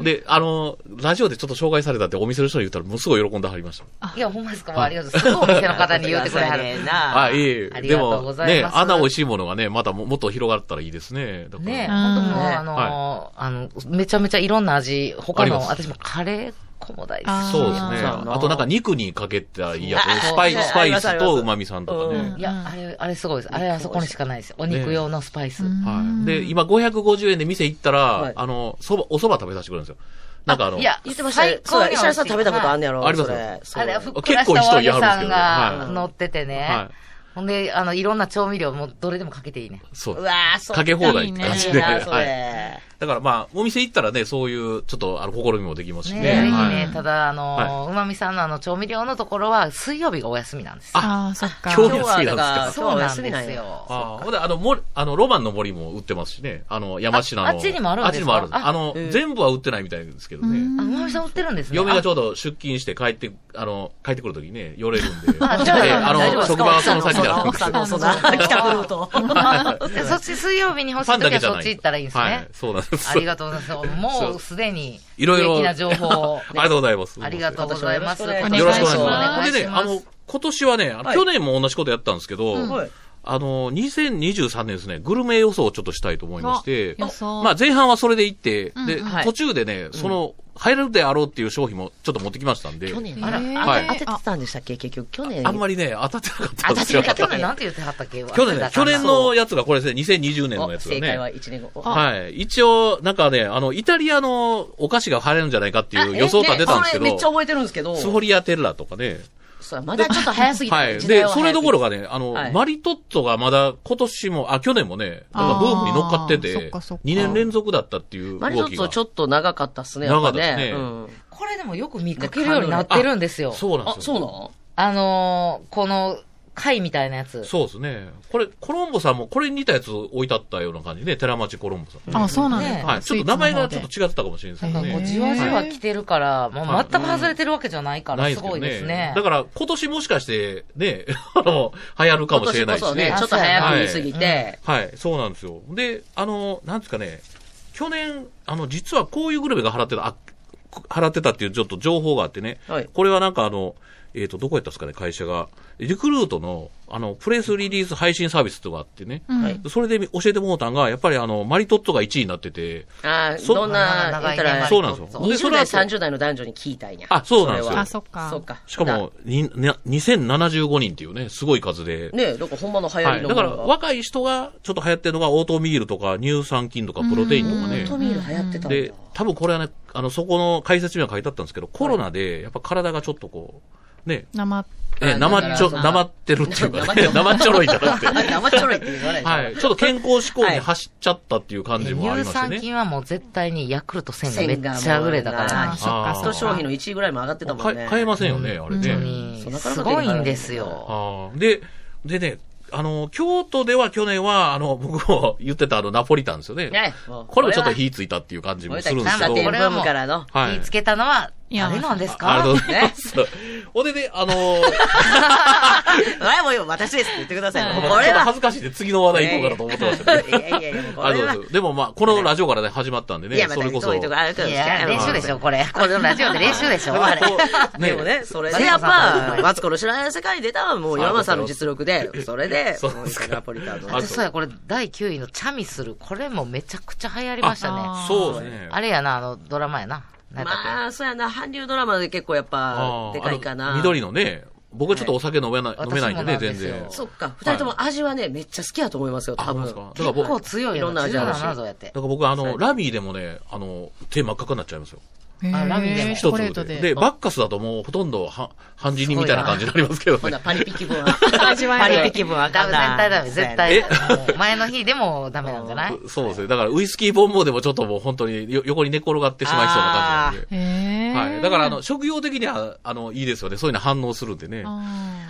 い。で、あの、ラジオでちょっと紹介されたってお店の人に言ったら、もうすごい喜んではりました。
ーいや、ほんまですか、もうありがとう。すごいお店の方に言ってくれはる。
な
あ、いえい
あ
え。
り
で
がとう
も
ご、ざい
ね、
ます
あんな美味しいものがね、またももっと広がったらいいですね。だから
ねえ、
ん
本当もう、
ね
あのーあの、めちゃめちゃいろんな味、他
あり
の、
ます
私もカレー粉も大
あ
好
そうですね。
あー
あとなんか肉にかけたらいいや
あ
つ。スパイ
そう
ス、スパイスと旨味さんとか
うん
ね。
き。いや、あれ、あれすごいです。あれはそこにしかないですよ。お肉用のスパイス。
はい。で、今550円で店行ったら、
はい
あの、そば、お蕎麦食べさせてくれるんですよ。なんかあの、
いや、
言ってましたよ。そうだ、石原さん食べたことあんねやろ
あります
それ
あり
そう
あれ、ふっく
結
らし
構
た
人
お揚
い
げ
はるんです
さ
け
ん
どね
が
はい
乗っててね
は。
ほんで、あの、いろんな調味料もどれでもかけていいね。
そうう。
わー、そう
かけ放題って
いいね
感じ
いい
で。
な、そ
はい。
れ。
だからまあ、お店行ったらね、そういう、ちょっと、あの、試みもできますし
ね
ね。
ぜひ
はい
ね、ただ、あのー、うまみさんのあの、調味料のところは、水曜日がお休みなんですよ。
ああ、そっか。
今日
今日はだから、今日
そう
は
なん
休みな
で
ん
す
や。
よ。
ああ、ほんで、あの、も、あの、ロマンの森も売ってますしね。あの、山科の。
ああっちにもあるん
あ
で
っ
す
ち
か
にもあるんです
あ
あの、
ええ
全部は売ってないみたいですけど
う
ね。
ん
あ、うまみさん売ってるんですね。
嫁がち
ょ
ょうど出勤して帰って、あの、帰ってくるときね、寄れるんで。
あじゃあ
であ
大丈夫で
の、
すか
職場はその先にあるん
奥
で
さんの、そん
奥さん
な、
の
帰宅ルート。
そっち水曜日に欲し
ファ
い
ンだ
時
け
は
じゃ
そ
な
っ
い。
ち行ったらいいんです
は
ね
い。。そうなんです。
ありがとうございます。も
そう
うすでに、
いろい
有
ろ。
益な情報を
ありがとうございます。
ありがとうございます。
よろし
くお願い
よろしくお願いし
お
ま
願
す。でね、あの、今年はね、あの
はい
去年も同じことやったんですけど、
はい
あの、2023年ですね、グルメ予想をちょっとしたいと思いまして、
予想。
まあ前半はそれで行って、
うん
で、
うん
はい
途中でね、その、入れるであろうっていう商品もちょっと持ってきましたんで、
去年、
あ
あ
ら
ら、
はい
当ててたんでしたっけ結局、去年。
あんまりね、当たってなかった
あ、
んで
確
すよ。
かに去年なんて言ってはったっけ
去年ね、去年
そう
のやつがこれですね、2020年のや
お
つが
正解は
ね。
1年後。
はい。一応、なんかね、あの、イタリアのお菓子が入れるんじゃないかっていう予想が出たんですけ
あえねこれめっちゃ
ど、
覚えてるんですけど。
スフォリアテッラとかね。
そうまだちょっと早すぎて、
はい。
時代
で
は、早す
そ
ぎ
れどころかね、あの、
はい
マリトッツォがまだ今年も、あ、去年もね、
あー
なんかブームに乗っかって、
そってかそっか
2年連続だったっていう動き
マ
が。
リトッツォちょ
っ
っと長かったっすね、やっぱ
長かっ
ね。
たですね
うん
これでもよく見かけるようになってるんですよ。
そうなん
あ
で、す
そう
よ。
な
あのー、この、貝みたいなやつ。
そうですね。これ、コロンボさんもこれに似たやつ置いてあったような感じね、寺町コロンボさん。
あ、そうなんです
ね
か
はい。ちょっと名前がちょっと違ってたかもしれないです
な
け
んか
ど
こう、
ね。
じわじわ来てるから、もう全く外れてるわけじゃないから、
ない
すごいですね。
だから、今年もしかして、ね、 あの、流行るかもしれない
今年こ
し
そ
ね。
ね、ちょっと早く見すぎて。
はい、そうなんですよ。で、あの、なんですかね、去年、あの、実はこういうグルメが払ってた、あ、こ払ってたっていうちょっと情報があってね、
はい
これはなんかあの、えっ、と、どこやったんですかね、会社が。リクルートの、あの、プレスリリース配信サービスとかあってね、
うん
はい
それで教えてもらったんが、やっぱりあの、マリトッツォが1位になってて、
あー
そ
どんな、言ったら、
そうなんですよでそ
20
れ
代、
は
30代の男女に聞いたんや。
あそうなんですよ
れは
あそっか
そっか。
しかも、にな2075人っていうね、すごい数で。
な。ねなんかほんまの流行
は
り
い。
の
だ
も
から、
のが。
若い人がちょっと流行ってるのが、オートミールとか、乳酸菌とか、プロテインとかね。
オートミール流行ってたんだ。
で、多分これはね、あの、そこの解説には書いてあったんですけど、コロナで、やっぱ体がちょっとこう、ね、
生っ
え、生っちょ、生ってるっていうか、ね、生っちょろいんじゃなく て、
あ生っちょろいって言わないでしょ
はい、ちょっと健康志向に走っちゃったっていう感じもあり
乳
ました
酸
ね。
菌はもう絶対にヤクルト1000がめっちゃ売れたか
1000がも
ら
う。
そっか
あー
ヒ
そっ
ット
か
商品の1位ぐらいも上がってたも
か
んね。
買えませんよね、あれ
本当
ね。
に
うん
すごいんですよ。
あーで、でね、あの、京都では去年は、あの、僕も言ってたあの、ナポリタンですよね。
ねもう
これもちょっと火ついたっていう感じもするんですけ
俺たち喫茶店
ど。
ブームからの。
はい
見つけたのは、
いや
誰なんです
ありがとう
か
ございます。 ほんで ね、あのー、
前もよ、私ですって言ってください。もうこ
こ
れ
れ
は。
恥ずかしいんで次の話題行こうかなと思ってましたけど。
いやいやいや、もうこ
あり
れは
がとうござい。ます。でもまあ、このラジオからね、始まったんで
いや、ま
ね、そ
た
れこそ。
そういうとこあるか
い
もしれな
や、
い。
練習でしょ、これ。このラジオで練習で しょ、あれ。
でもね、それで
ね
やっぱ、マツコの知らない世界に出たのはもう山さんの実力で、それで、
そうですか
ナポリタンの
あ
あとそうや、これ、第9位のチャミスル。これもめちゃくちゃ流行りましたね。
あ
そうですね。
あれやな、あの、ドラマやな。なんだっ
まあ、そうやな、韓流ドラマで結構やっぱ
あ、ー
でかいか
あ
な。
の緑のね、僕はちょっとお酒飲めない、
はい
飲めないんで
私も
ね、
なん
全
ですよ
然。
そっか、二人とも味はね、めっちゃ好きやと思いますよ、
あ、
多
そうで
分。
すか。だ
あ
から
け結
僕、
構
だか
強い
いろ
よ
んな
な。
味あるし
17謎 やって。
ら僕、あの、ラミーでもね、あの、手真っ赤になっちゃいますよ。
へー
あラミでも
チョ
一
コレート
つ
で。
で。で、バッカスだともうほとんどは、半人にみたいな感じになりますけど
ほな、
ね。
パリピ気分は。
味わえな
パ
い
リピ気分はあ
ダ
かん
メ、
な
絶対ダメ、絶対。
え
もう前の日でもダメなんじゃない
そうですね。だから、ウイスキーボンボンでもちょっともう本当によ横に寝転がってしまいそうな感じなんで。
へえ。
はい。だから、あの、職業的には、あの、いいですよね。そういうの反応するんでね。は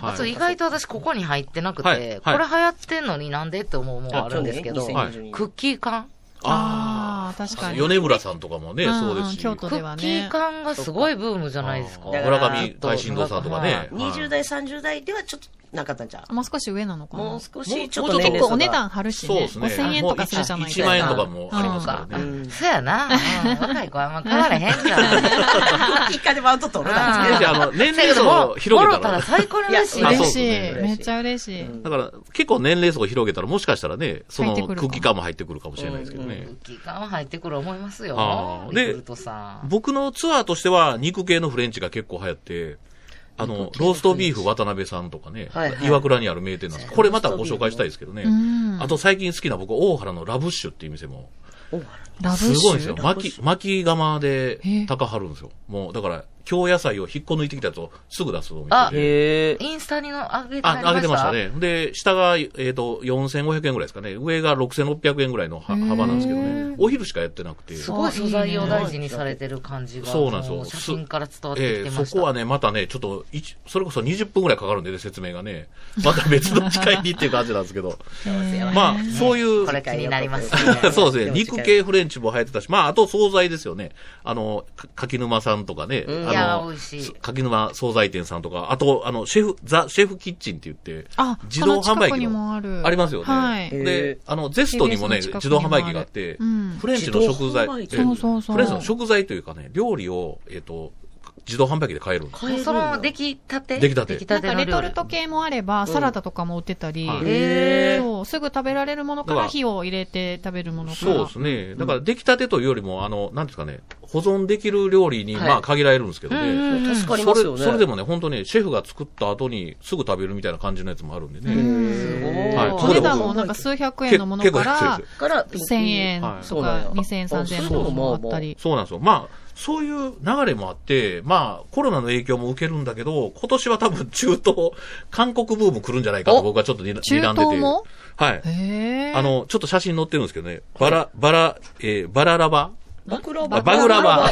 あ
あと
い。
意外と私ここに入ってなくて、
はいはい
これ流行ってんのになんでって思うもんあるんですけど、
去年
はい
2022
クッキー缶
ー。あー、確かに。
米村さんとかもね、
うん
そうですし。
京都
ク
では
ッ
ね
キー缶がすごいブームじゃないですか。
あ
だ
ー
から
村上大震動さんとかね。
20代、30代ではちょっとなかったんじゃ
もう少し上なの
う
かな。
もう少し、ちょっ
もう
と
ちょ
年
結
っと
齢差
構お
が
値段張るし
そう
ね。
ですね。
5000円とかするじゃない
1
か。
万円とかもありますから
う
ね。
ん
そや な、うん若い子はあんま変わらへんじゃん。
一回でマウント取れたんです
けどあの年齢層を広げ
も
たら
ろたら最高に嬉しい
いや
あ
ね。
嬉
そうで
し
す
い。
ね
めっちゃ嬉しい。
だから、結構年齢層を広げたら、もしかしたらね、その
入ってくるかも
空気感も入ってくるかもしれないですけど
ク
ね
ッ。キー缶は入ってくる思いますよ
あ。ー
リクルトさん。
僕のツアーとしては、肉系のフレンチが結構流行って、あの、ローストビーフ渡辺さんとかね
はいは、い
岩倉にある名店なんですこれまたご紹介したいですけどね
う。ん。
あと最近好きな僕、大原のラブッシュっていう店も、
ラブ
す
ッシュ。
ごいんですよ。巻き、巻き釜で
へえ
高張るんですよ。もう、だから、京野菜を引っこ抜いてきたやつをすぐ出すお店で。
あ
へえ。
インスタにの上げて
あ、
あり
上げてま
ま
し
したた
ね。で、下が、えっ、と、4500円ぐらいですかね。上が6600円ぐらいのは幅なんですけどね。お昼しかやってなくて。
すごい素材を大事にされてる感じが、
そうなんですよ
も写真から伝わってき
え
て
え
ました。
そこはね、またね、ちょっといち、それこそ20分ぐらいかかるんでね、説明がね。また別の機会にっていう感じなんで すけど。まあ、そういう
こ、れからになります、
そうですね。肉系フレンチも流行ってたし、まあ、あと惣菜ですよね。あの、か柿沼さんとか
ん
ね。あの
いや美味しい
そ柿沼惣菜店さんとか、あと、あの、シェフ、ザ・シェフキッチンって言って、
あ、
自動販売
この近く
機
に
の
もある。
ありますよね。
はい。
え
で、あの、ゼストにもね、
TBS の近くにもある
自動販売機があって、
うん
フレンチの食材、え
自
動販売機そうそ
え
うそう
フレンチの食材というかね、料理を、えっ、と、自動販売機で買えるんです。
もうその出来たて
出来たて
なんか
の
レ
料
ト
理
ルト系もあれば、サラダとかも売ってたり、
はい
へえ。
そう、すぐ食べられるものか
だ
ら
から
火を入れて食べるものか
そう
ら
で。すね。だから、出来たてというよりも、あの、なんですかね、保存できる料理に、
はい
まあ、限られるんですけどね。
うんうんうん
助かり
そ
ます
れ
よね。
それでもね、本当ね、シェフが作った後にすぐ食べるみたいな感じのやつもあるんでね。
すごい。
はい
お
そう
値
で
段もなんか数百円のもの
け
か
結構
ら
安いで、
から、
1000円
はい
とか2000円、3000円とかもあったり。
そうなんですよ。まあ、そういう流れもあって、まあ、コロナの影響も受けるんだけど、今年は多分中東、韓国ブーム来るんじゃないか
お
と僕はちょっとにら
中
睨んでて。
東も
はい。
へー
あ、の、ちょっと写真載ってるんですけどね、バラ、バラ、えーバララバ
バクラ。
ババグラバ。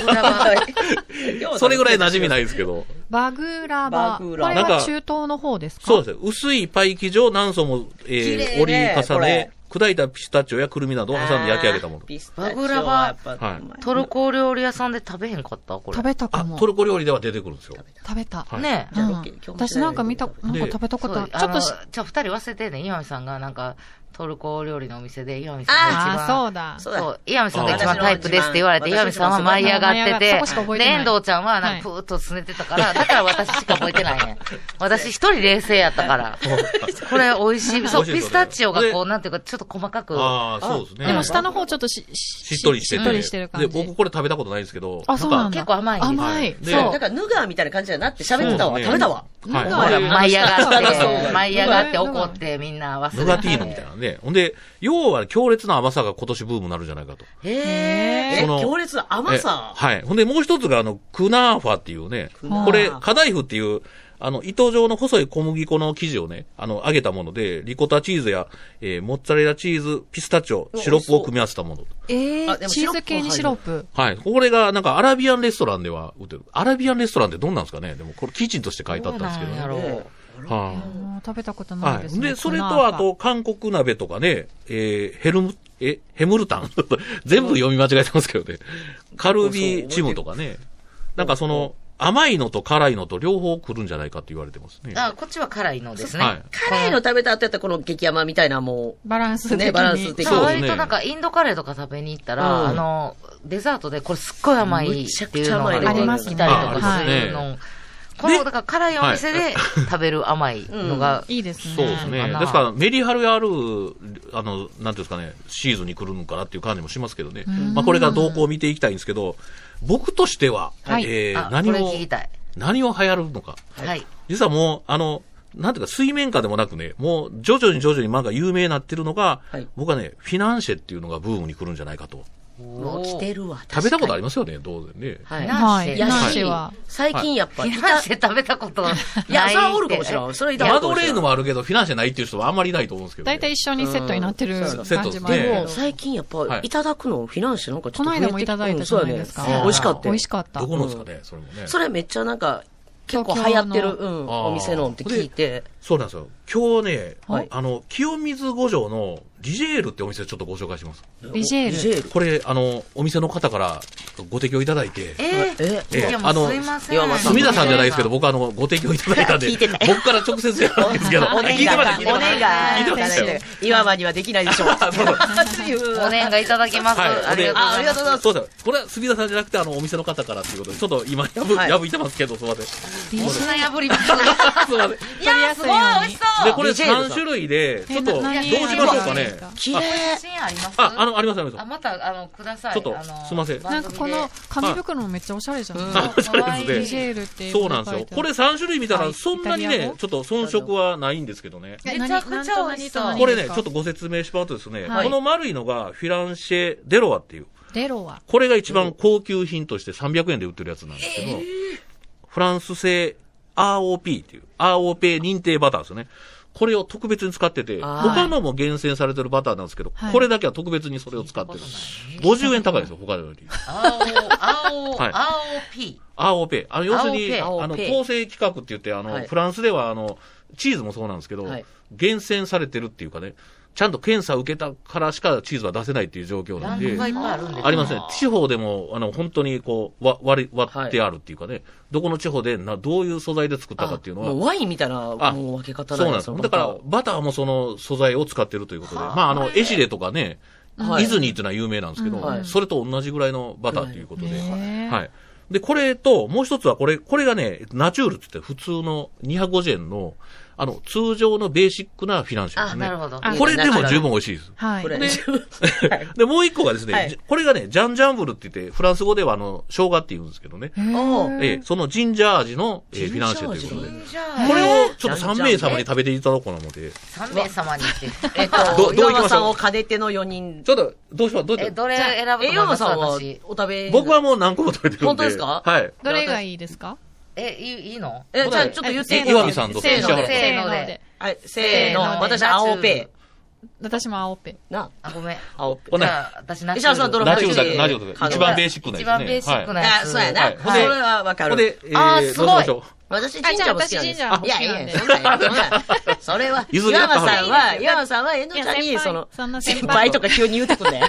それぐらい馴染みないいですけど。
バグラバ。
バ
こ
グ
れ
ラバ
は中東の方ですか
そうですね。薄いパイ生地を何層も、えー
綺麗ね
折り重
これ
ね、砕いたピスタチオやくるみなどを挟んで焼き上げたもの。
ピスタ
バ
チオ
グラバ
はい
トルコ料理屋さんで食べへんかったこれ。
食べたか
あ、
も。
ト
食
ルコ料理では出てくるんですよ。
べた。
はい
ね
うん
ロケ今日も
私なんか見た、なんか
で
食べたことある。
そう
ちょっとし
あのちょ、二人忘れてんねん。岩見さんが、なんか、トルコ料理のお店で、岩見さんが一
あ
番。
あ、そうだ。
そうだ
そう、岩見さんが一
あ
番
ー
タイプですって言われて、
私の
岩見さんは舞い上がって
私
て
もそこしか覚え、て
で、
ない
遠藤ちゃんは
は
なん
い
かプーっとすねてたから、だから私しか覚えてないねん。私一人冷静やったから。これ美味しい。そう、
美
ピ
味しい
スタチオがこう、なんていうか、ちょっと細かく。
ああ、そうですね。
でも下の方ちょっとし、し
しっとりしてて。
しっとりしてる感
で、
じ
僕。これ食べたことないんですけど。
あ、そうなんだ。
結構甘いんです
甘い。
そ
で
う
だから、ヌガーみたいな感じになって喋ってたわ。
そうね
食べたわ。
はい
ほら、舞い上
そう
がっ
そ
て、
う
舞い上がって怒って、みんな忘れ
ヌガティーノみたいなね。ほんで、要は強烈な甘さが今年ブームになるんじゃないかと。
え
その
強烈な甘さ
え。はい。ほんで、もう一つが、あの、クナーファっていうね、
ナー
これ、カダイフっていう、あの、糸状の細い小麦粉の生地をね、あの、揚げたもので、リコタチーズや、えーモッツァレラチーズ、ピスタチオ、シロップを組み合わせたもの。
え
あ
ー、
でも
チーズ系にシロップ。
はい。これが、なんか、アラビアンレストランでは売ってる。アラビアンレストランってどんなんですかねでも、これ、キッチンとして書いてあったんですけどね。
どうなんやろう
はい
もう食べたことない
は
です
い。
ね。
で、それ
この
と、あ
赤
と、、韓国鍋とかね、えーヘルム、え、ヘムルタン 全部読み間違えてますけどね。カルビチムとかね。なんかその、甘いのと辛いのと両方来るんじゃないかって言われてますね。
あ、こっちは辛いのですね。
はい
辛いの食べた後やったらこの激甘みたいなも
バランス的に。
ねバランス的
そう
そうですね
割となんかインドカレーとか食べに行ったら、
うん
あの、デザートでこれすっごい甘いっていうのが
むちゃくちゃ甘いの
あります
来
ね
たりとか
あ
す
りますね
る
は
の。この、
で
だから辛いお店で食べる甘いのが、
いいですね。
そうです
か
ね。
な
ですから、メリハリある、あの、なんていうんですかね、シーズンに来るのかなっていう感じもしますけどね。まあ、これが動向を見ていきたいんですけど、僕としては、
はい
えー
あ、
何
これ
を
聞き、たい。
何を流行るのか。
はい。
実はもう、あの、なんていうか、水面下でもなくね、もう、徐々に徐々に漫画有名になってるのが、
はい
僕はね、フィナンシェっていうのがブームに来るんじゃないかと。
う。もう来てるわ。
食べたことありますよね、当然ね。
はい。
はい。
や
やし
ナン
し
シェは。
最近やっぱ、
フ
い
ィナン
た
シェ食べたことないって。
いや、それはおるかもしれん。それはいた
マ
こと
ド
もし
レ
れ
ー
ん
ヌはあるけど、フィナンシェないっていう人はあんまりいないと思うんですけど、ね。
大体一緒にセットになってる
うん
セッ
感
ト
じ
で
も
すね
あるけど
でも最近やっぱ
はい
いただくの、フィナンシェなんかちょっと増えて
この間もいただいたじゃないですか
うんそうやね美味しかった
美
よ
味しかった
ど。このですかね、それもね。
それめっちゃなんか結構
東
流行
京の
ってる、うん、
あー
お店のって聞いて
そうなんですよ。今日ね、
はい
あの、清水五条のリジェールってお店をちょっとご紹介します。
リジェール
これ、あの、お店の方からご提供いただいて、
えー、
え
え
いやもう
あの
すいませ
いやま
ん。
あ
墨田さんじゃないですけど、僕あの、ご提供いただいたんで、
聞いてた
僕から直接やるんですけど、
お願い
聞いてました、聞いて
お
ました。
願い
聞いてましたよ。
今まにはできないでしょうっていう
お願いいただきます。
はい
ありがとうござ
とうご
います。
ざいます
そうだ、これは杉田さんじゃなくて、あの、お店の方からっていうことで、ちょっと今、やぶ、
はい
やぶいてますけど、すいません。 す
お砂破ります。
いません。
いや、すごい美味しそう。
で、これ
リジェールさん
3種類で、ちょっと、どうしま
何
しょうか
何
ね
ですか。
綺麗
写真あります
あ、あの、あります、あり
あ、
ます。
また、あの、ください。
ちょっと
あの
すいません
なんかこの、紙袋もめっちゃおしゃれじゃないですか。
あそうですね
リジェールって
そうなんですよ。これ3種類見た
は
ら、
い
そんなに
イタリア
ね
語、
ちょっと遜色はないんですけどね。
めちゃくちゃ美味しそう
これね、ちょっとご説明しますとですね、
はい
この丸いのがフィランシェ・デロワっていう、
デロは。
これが一番高級品として300円で売ってるやつなんですけど、フランス製 ROP っていう、ROP 認定バターですよね。これを特別に使ってて、
あ
ー
他のも厳選されてるバターなんですけど、
はい
これだけは特別にそれを使ってる。50円高いですよ、他のより。
青、青、
はい
青 P。
AOP。あの、要するに、あ
AOP
の、構成規格って言って、あの、
はい
フランスでは、あの、チーズもそうなんですけど、
はい
厳選されてるっていうかね、ちゃんと検査を受けたからしかチーズは出せないっていう状況な
ラン
んで
ク、がいっぱいあるんですよ
ありますね。地方でも、あの、本当にこう、わ割り、割ってあるっていうかね、どこの地方でな、どういう素材で作ったかっていうのは
も、ワインみたいな、もう
あ
分け方
そ
な
う
で
んなんですす
よ。
よ。だから、バターもその素材を使ってるということで、まあ、あの、エシレとかね、
はい
イズニーっていうのは有名なんですけど、
はい
それと同じぐらいのバターということで、
へー
はい。で、これと、もう一つはこれ、これがね、ナチュールって言って普通の250円の、あの、通常のベーシックなフィナンシェです
あ、
ね。
なるほど。
あ
これでも十分美味しいです。
はい。
こ れ、
で、もう一個がですね、
はい
じこれがね、ジャンジャンブルって言って、フランス語ではあの、生姜って言うんですけどね。
おう
ええ、そのジンジャー味の、 えーフィナンシェということで。これをちょっと3名様に食べていただこうかなので。
3名様にって。 えっと、
どどういきましょう
岩間さんを兼ねての4人。
ちょっと、どうしますどうしま
え、
す
どれ選ぶと
え、
思い
岩間
ます
さんはお
私。
食べ
僕はもう何個も食べてるんで。
本当ですか
はい。
どれがいいですか
え、いいいいの
え、じゃあちょっと言って
え岩見さんどうぞ
せーので。
石
せー
原
の
さん
で。
はい、せーの
せー。の
私、青ペ
私も青ペン。
な、
あ、ごめん。
青ペ
こ
じ
れね、
ゃあ、私、ナ
石原さんどれ
ナチュラルだ、ナ
ナチュラ
チュラル
ル
だ。
だ
一番ベーシックなやつね。
一番ベーシックな
はい
や
あ、
つ。
そうやな。
はい
それはわか
ほんで
る。、
えー
あーすごい
どうしましょう
私、
あ
神社も好きなんで
じ
す
ゃあ私神社も好
い
きな
や
ん
い
で
や、そんなんそんなんそれ は、
譲り合
岩
った
間
方がいい
さんは、岩間さんは、えの
い
ち
や
ゃんに、その、
そんな
先輩とか急に言うてくん ね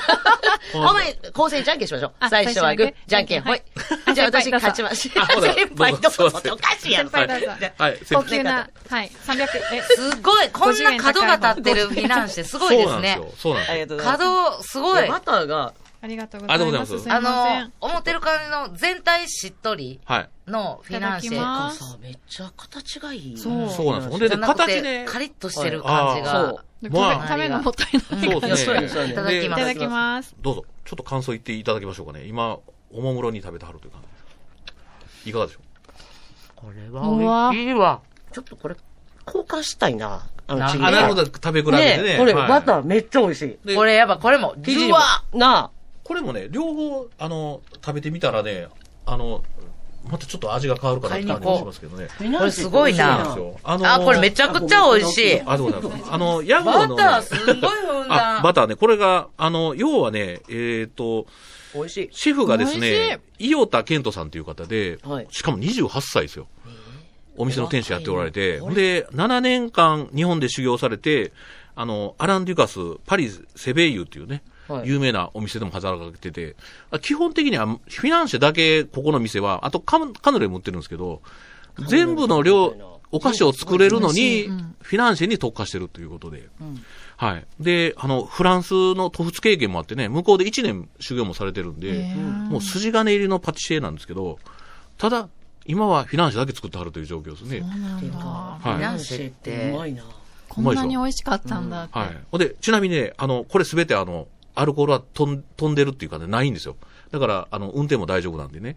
お前、構成じゃんけんしましょう。
あ
最初はグー、じゃ
最
んけん
初
ほ
はいグ。ー
じゃあ
あ
私
先輩
勝ちまし
どうぞ
た。先輩どこ
どうぞ
ぞおかしいやろ。
先輩どうぞ
じゃあ
はい。
高級な、はい。300、え、
すごい、こんな角が立ってるフィナンシェ、すごいですね
そうなん。ですよ。そうなん
あり
で
がとうございます。
角、すご
いや。
い
バターが、
ありがとうござ
あ
い
りが
ま
とう
す。
ご
すい
ざ
あ
ませ
の
ん。、
思ってる感じの全体しっとり
す。はい。
のフィナンシ
いただきま
ェ。
す
さ、めっちゃ形がいい。
そう
そうなんです。ほんで
じゃ
ね、
なく
形
て、
ね。
カリッとしてる感じ
あー
が。
そう
食べ
まあ
食べるのもったいない。
そうです
い
ね。
やそうやそうや
いただき
で
ま
い
す
ただきます。
どうぞ、ちょっと感想言っていただきましょうかね。今、おもむろに食べてはるという感じです。いかがでしょ
これ
う
は、
わ
いいわ。
ちょっとこれ、交換したいな。あの、
な
ちぎ
う
り
あ、なるほど。食べ比べてね。
ねこれ、
はい
バターめっちゃ美味しい。
で
これやっぱこれも、
生地に
う
も
わ
な
これもね、両方、あの、食べてみたらね、あの、またちょっと味が変わるかなって感じもしますけどね。
あ。
これすごい
そう
な
なんですよ。あの
あ、これめちゃくちゃ美味しい。
あ、そうなんです。あの、ヤフー
バ
の、
タ
ね。
ーすんごいふんだ
あ、
ん。
バターね。これが、あの、要はね、えっ、と、
美味しい。
シェフがです
美味し
ね、伊オタ健人さんという方で、
はい
しかも28歳ですよ。お店の店主やっておられて、で、7年間日本で修行されて、あの、アラン・デュカス、パリ・セベイユっていうね、
はい
有名なお店でも働かれてて、あ基本的にはフィナンシェだけここの店は、あとカムカヌレも売ってるんですけど、全部の量、お菓子を作れるのに、フィナンシェに特化してるということで。はい。で、あの、フランスの塗仏経験もあってね、向こうで1年修行もされてるんで、もう筋金入りのパティシエなんですけど、ただ、今はフィナンシェだけ作ってはるという状況ですね。
フィ
はい
ナンシェって
う、まいな。
こんなに美味しかったんだって。
はい。ほんで、ちなみにね、あの、これすべてあの、アルコールは飛ん飛んでるっていうかね、ないんですよ。だから、あの、運転も大丈夫なんでね。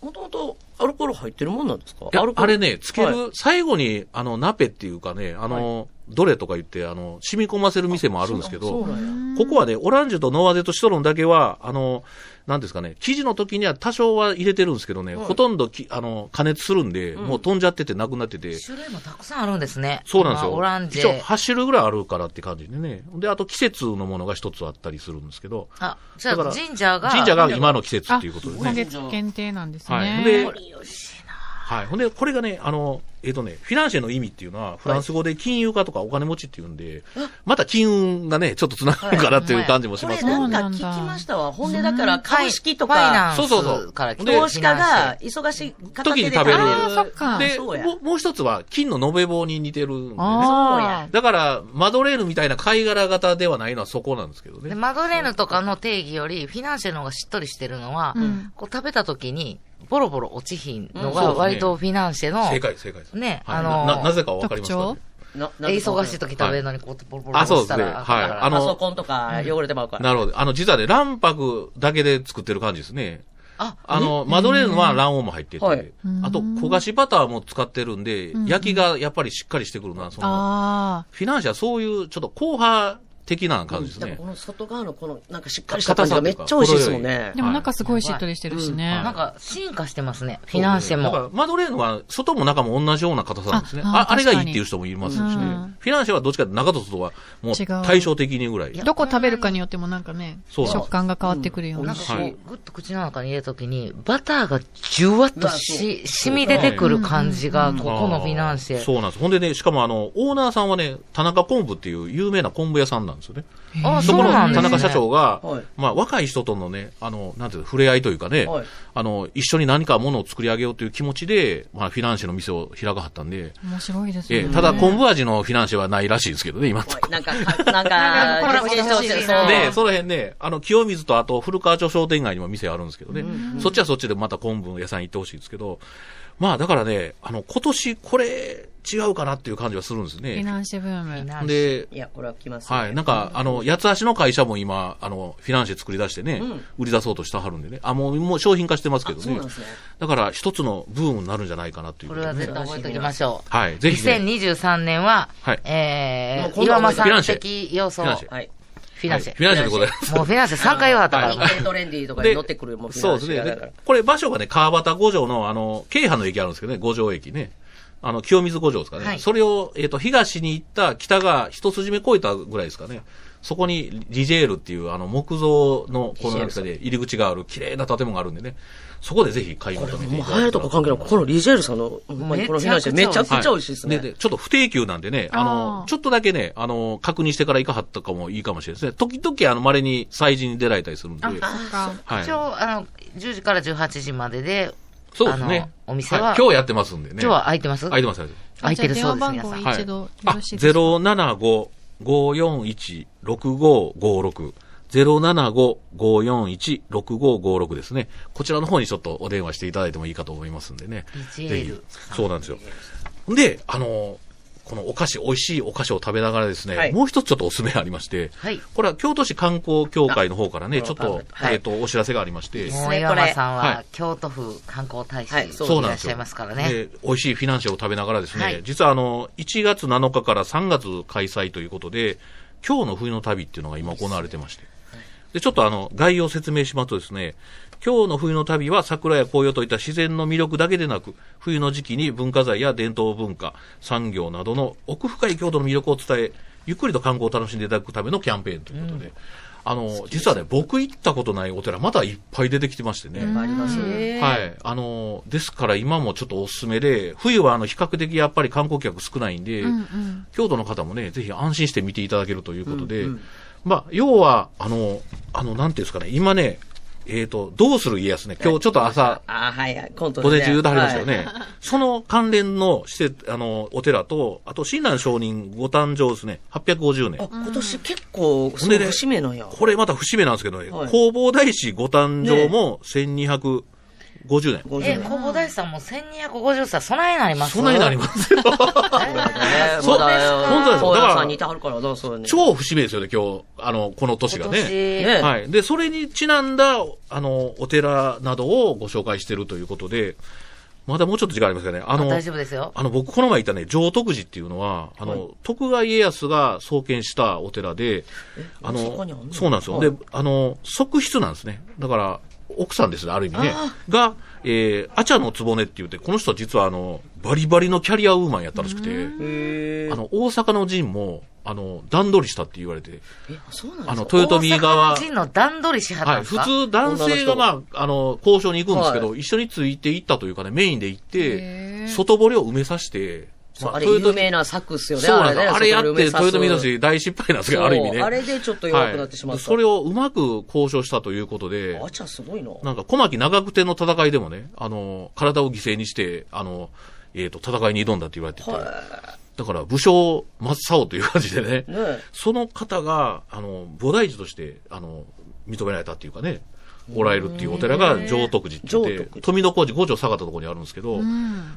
もともとアルコール入ってるもんなんですか
いや
アルコー
あ
ル
れね、つける、
は
最後に、あの、ナペっていうかね、あの、どれとか言って、あの、染み込ませる店もあるんですけ
そ
ど
う、なんや。
ここはね、オランジュとノワゼとシトロンだけは、あの、なんですかね、生地の時には多少は入れてるんですけどね、ほとんどき、あの、加熱するんで、もう飛んじゃっててなくなってて、
種類もたくさんあるんですね。
そうなんですよ。
まあオランジ
一応
ェ。
8種類ぐらいあるからって感じでね。で、あと季節のものが一つあったりするんですけど、
あ、じゃ
だか
あ、
ら
ジンジャーが。
神社が今の季節っていうことで
今
ね。
月限定なんです
はい。
ね。
ほんで、はい。ほんで、これがね、あの、えっ、とね、フィナンシェの意味っていうのは、フランス語で金融家とかお金持ちっていうんで、また金運がね、ちょっと繋がるかなっていう感じもし
こ
ま
れ
すけ
な
ど。
ほ
ん
ん
か
ま
聞
そうなんだ
きましたわ。ほんで、だから
ファ
株
イ
式と
ファイ
か、
ナンス
そうそうそう
から来てる
で
投資家が
フィナンシェ
忙しい片
時
手
に
で
食べれる
あーそっか
で、
そうや
もうもう一つは、金の延べ棒に似てるんでね。
あ
だから、マドレーヌみたいな貝殻型ではないのはそこなんですけどね
で。マドレーヌとかの定義より、フィナンシェの方がしっとりしてるのは、
ん
こう食べた時に、ボロボロ落ちひんの
うんそう
が、
ですね
割とフィナンシェの、
正解、正解です。
ね
はい
あのー
な、ななぜかわかりますか、
特徴
な
え
なんでかわかん
忙
な
しい時食べるのに、こう、ボロボロ
あ
落
そう
ち
です
た
ね
ら、
はい
だから
あの
パソコンとか汚れてまうから。
なるほど。あの、実はね、卵白だけで作ってる感じですね。
あ
あの、マドレーヌは卵黄も入ってて、
はい
あと、焦がしバターも使ってるんで、焼きがやっぱりしっかりしてくるな、その、
あ
フィナンシェはそういう、ちょっと硬派的な感じです
でも
ね
こ。の外側のこの、なんかしっかりした感じがめっちゃ美味しいですもん ね。
でも中すごいしっとりしてるしね。
はい
なんか進化してますね。フィナンシェ
だから
も。
マドレーヌは外も中も同じような硬さなんですね。
ああ
あ
ー
あれがい
確か
い
に
っていう人もいますし
う
ね
ん。
フィナンシェはどっちかって中と外はもう
違う
対照的にぐらい。
どこ食べるかによってもなんかね、
そうなんです
食感が変わってくるよう
うん
な
な
なんん
か
か
こう
こ
はい
グッと口の中に入れたときに、バターがじゅわっ
う
と
わ
し、染み出てくる感じが、ここのフィナンシ
あー
ェ。
そうなんです。ほんでね、しかもあの、オーナーさんはね、田中昆布っていう有名な昆布屋さんなんですよね。
あ、
そ
そう
この
なんで
田
すね。
中社長が、
はい
まあ若い人とのね、あの、なんていうの、触れ合いというかね、
はい
あの、一緒に何かものを作り上げようという気持ちで、まあフィナンシェの店を開かはったんで、
面白いです
え
ね。
えただ昆布味のフィナンシェはないらしいですけどね、今のとこ
なんか、なん か、コラボしてほしいです
あー
で、その辺ね、あの、清水とあと古川町商店街にも店あるんですけどね、そっちはそっちでまた昆布の屋さん行ってほしいですけど、まあだからね、あの、今年これ違うかなっていう感じはするんです
フィ
ね。
ナンシェブーム。
で、
いや、これは来ますね。
はい。なんか、あの、八つ橋の会社も今、あの、フィナンシェ作り出してね、
うん
売り出そうとしたはるんでね。あ、もう、もう商品化してますけど
そう
ね
なん。ですね。
だから、一つのブームになるんじゃないかなという
こ
こ
れ
とで
は
ね
絶対覚えておきましょう。
はい。ぜひ、ね、
2023年は、
はい
え
もう
ー、
今度は
岩間
覚えて
さ
フィナン
ん
シェ
的要素を
フィナンシェ
はい。
フィナンシェ。
フィナンシェでございます。
もうフィナンシェ3回はあったから。
インテリトレンディーとかに乗ってくるもん、
そうですね。
だから
で。これ、場所がね、川端五条の、あの、京阪の駅あるんですけどね、五条駅ね。あの、清水五条ですかね。
はい
それを、えっ、と、東に行った北が一筋目越えたぐらいですかね。そこにリジェールっていう、あの、木造の、この中で入り口がある、綺麗な建物があるんでね。そこでぜひ買い求めてい
もう
ただきたいな
入るとこ関係なく、このリジェールさんの、ほんまにこのフィナンシェめちゃくちゃ美味しいですね。
はいででちょっと不定休なんでね、あの
あー
ちょっとだけね、あの確認してから行かはったかもいいかもしれないですね。時々、あの、稀に催事に出られたりするんで。
か
はい
一。応、あの、10時から18時までで、
そうです
あの
ね。
お店はい
今日やってますんでね。
今日は空いてます
空いてます、空いてます。
空いてるそうです、
じゃあ電
皆
話
さ
番
ん
号。一度よろしいですか、
075-541-6556。075-541-6556ですね。こちらの方にちょっとお電話していただいてもいいかと思いますんでね。
リジェ
ぜ
ー
ひ
ル。
そうなんですよ。で、あの、このお菓子、美味しいお菓子を食べながらですね、
はい
もう一つちょっとおすすめありまして、
はい
これは京都市観光協会の方からね、
あ
ちょっ
この
と、
パンフレ
え
ッ
っ、と、お知らせがありまして、
も
こ
う
れ
岩間さん
は、
はい京都府観光大使、
はい
い
そう
らっしゃいますからね。
で美味しいフィナンシェを食べながらですね、
はい
実はあの、1月7日から3月開催ということで、今日の冬の旅っていうのが今行われてまして。で、ちょっとあの、概要を説明しますとですね、今日の冬の旅は桜や紅葉といった自然の魅力だけでなく、冬の時期に文化財や伝統文化、産業などの奥深い郷土の魅力を伝え、ゆっくりと観光を楽しんでいただくためのキャンペーンということで、あの、実はね、僕行ったことないお寺、まだいっぱい出てきてましてね。
ありますね。
はい。あの、ですから今もちょっとおすすめで、冬はあの、比較的やっぱり観光客少ないんで、京都の方もね、ぜひ安心して見ていただけるということで、まあ、要は、あの、あの、なんていうんですかね、今ね、えっ、と、どうする家康ね、今日ちょっと朝、
あ、はいはい。コント
午
で
前
ね
中言うてはりましたよ
は
ね
い。
その関連の施設、あの、お寺と、あと、親鸞上人ご誕生ですね、850年
あ。今年結構、
ほ
そ
ん
の
でね
節目なんや。
これまた節目なんですけどね、
はい
弘法大師ご誕生も1250年。
50
え、
年。
工房大使さんも1250歳、備えなります
そんなになりますよ。
ね
そう
まだ
本当ですよ
大
だから
家さんにいてはるからな、そうね。
超節目ですよね、今日、あの、この年
す
が
今
ね。
年。
ね
はい。で、それにちなんだ、あの、お寺などをご紹介してるということで、まだもうちょっと時間ありますかね。あ
あ
の、
大丈夫ですよ。
あの、僕、この前行ったね、上徳寺っていうのは、あの、徳川家康が創建したお寺で、あ
そこにあんの
そうなんですよ。
はい
で、あの、側室なんですね。だから、奥さんですね、ある意味ね。が、えー、アチャの局って言って、この人は実はあの、バリバリのキャリアウーマンやったらしくて、
へー
あの、大阪の陣も、あの、段取りしたって言われて、
え、そうなん
あの、
ですか
豊臣側
大阪、人の段取りしはった
は
ん
い、
です
普
か、
通男性がまあ、あの、交渉に行くんですけど、
は
一緒について行ったというかね、メインで行って、
へー
外堀を埋めさせて、
そう
ま
あれ、
豊
有
臣
名な作っすよね。
そうなんですよあれや
そ
っ
こで埋
て、
めさ
豊
す
臣秀吉大失敗なんですけど、ある意味
そ
ね。
うあれでちょっと弱くなってしまった。
はいそれをうまく交渉したということで、
あちゃすごいな。
なんか小牧長久手の戦いでもね、あの、体を犠牲にして、あの、えっ、と、戦いに挑んだって言われてて、だから武将真っ青という感じでね、
ねえ
その方が、あの、菩提寺として、あの、認められたっていうかね、おられるっていうお寺が上徳寺って言
上
っ
徳
て、
寺
富小路五条下がったところにあるんですけど、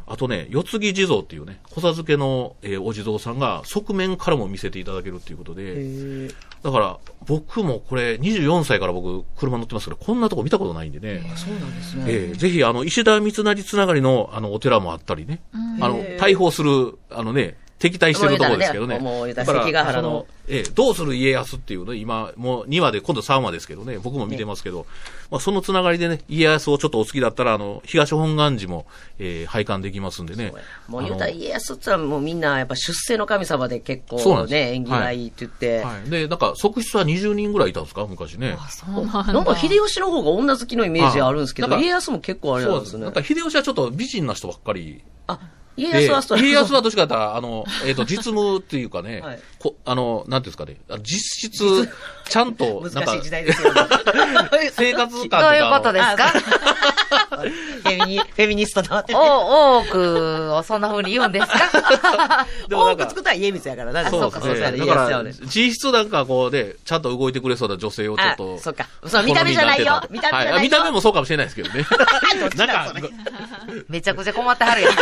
あとね、四つ木地蔵っていうね、小授けの、えーお地蔵さんが側面からも見せていただけるっていうことで、
へ
だから僕もこれ24歳から僕車乗ってますけど、こんなとこ見たことないんでね、
そうなんですね。
ええぜひ、あの、石田三成つながりの、あの、お寺もあったりね、あの、大砲する、あのね、敵対してるところですけどね。
もう言うたら
だから、
関ヶ原
そ
の
の、ええ、どうする家康っていうの、今、もう2話で、今度3話ですけどね、僕も見てますけど、まあ、そのつながりでね、家康をちょっとお好きだったら、あの、東本願寺も、ええ、拝観できますんでね。
もう言うた
あ
ら
の
家康ってのはもうみんなやっぱ出世の神様で結
そう
構
なんです
ね、縁起がいいって言って、
はい。で、なんか、側室は20人ぐらいいたんですか昔ね。
そうなんだ。
なんか秀吉の方が女好きのイメージあるんですけど、
はいなんか
家康も結構あれ
そ
な
うんで
ですす
ね。な
ね
ん。か、秀吉はちょっと美人な人ばっかり。
あ、家康はストラ
で
イ
家
ク
康はどっちかって言ったら、あの、え っ、と、実務っていうかね、
はい
こあの、なんていうんですかね、あの実質、ちゃ んと、なん
難しい
か
時、代ですよね。
生活感と
どういうことですか
フェミニフェミニストなって。
お、多くをそんな風に言うん ですか
でもな
多
んか
く作ったら家光やからな。
そう
あ
です
そう
ね。
や家
だか
康は
ら
ね、。
実質なんかこうで、ちゃんと動いてくれそうな女性をちょっと。
あそっかそう見た目じゃないよ
好み
見
に
た目じゃないよ
はあ見た目もそうかもしれないです けどね。なんか、
めちゃくちゃ困ってはるやん。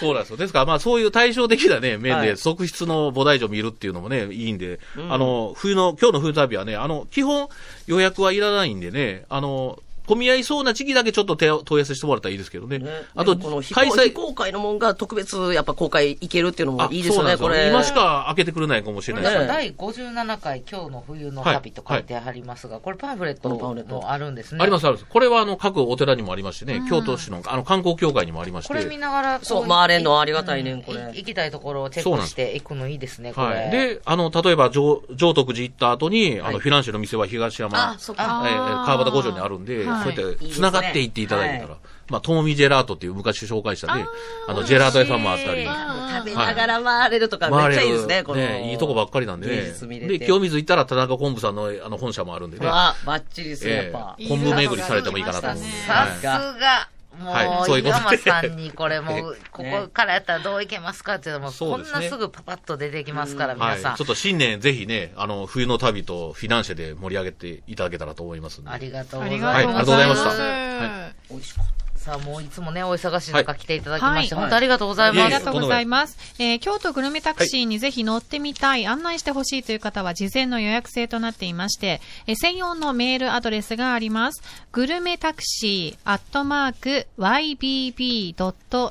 そうなんですよ。ですから、まあそういう対照的なね、面
は
で、
い
側室の菩提樹を見るっていうのもね、いいんで、あの、冬の、今日の冬旅はね、あの、基本予約はいらないんでね、あの、混み合いそうな時期だけちょっと手を問い合わせしてもらったらいいですけどね。あ
あ
と、
と、この非
開
公非
催、
公開のもんが特別、やっぱ公開いけるっていうのも
あ
いいです
そう
よ
なん
ね、これ。
今しか開けてくれないかもしれないですよ
ね
第57回、今日の冬の旅と書いてありますが、これパンフレット
このパンフレット
もあるんですね。
あります、あるんです。これは、あの、各お寺にもありましてね、京都市の、あの、観光協会にもありまして。
これ見ながら、
そう
こ
回れんのありがたいね
うん
これ
い行きたいところをチェ
そう
ッ
な
ク
んで
し
す
ていくのいいですね、こ
は
れ。
い。で、あの、例えば、上、上徳寺行った後に、あ
は
の、
い
フィナンシェの店は東山
あ、、そっ
え
か。
ーえー川端五条にあるんで、
はい
そうやって
いいですね
繋がっていっていただいたら、
は
まあ、ともみジェラートっていう昔紹介したね、あの、ジェラート屋さんもあったり、
食べながら回れるとか、めっちゃいいですね、この。
ね、いいとこばっかりなんで
芸術見
ね。
れて
で、清水行ったら田中昆布さんのあの本社もあるんでね、
あ、バッチリですね、やっ
え
ぱ。
ー昆布巡りされてもいいかなと思うんで。
さ
はい
すが。も、
はいうそういうこと
山
で
さんにこれもう、こ
ね
こからやったらどういけますかっていうのも、
そ
こ
うで
ん
すね
なすぐパパッと出てきますから、
は
皆
い、ちょ
さん
っ。と新年ぜひね、あの、冬の旅とフィナンシェで盛り上げていただけたらと思いますんで。
ありがとう
あ
ござ
り
い
がとうご
はいありがとうご
ざ
ざ
い
い
ま。
ますした
美味しかっ
さあ、もういつもね、お忙しい中
はい
来ていただきまして、
はい
本当ありがとうござい
あ
ま
り
す。
がとうございます。えー京都グルメタクシーにぜひ乗ってみたい、案内してほしいという方は事前の予約制となっていまして、えー専用のメールアドレスがあります。グルメタクシーアットマーク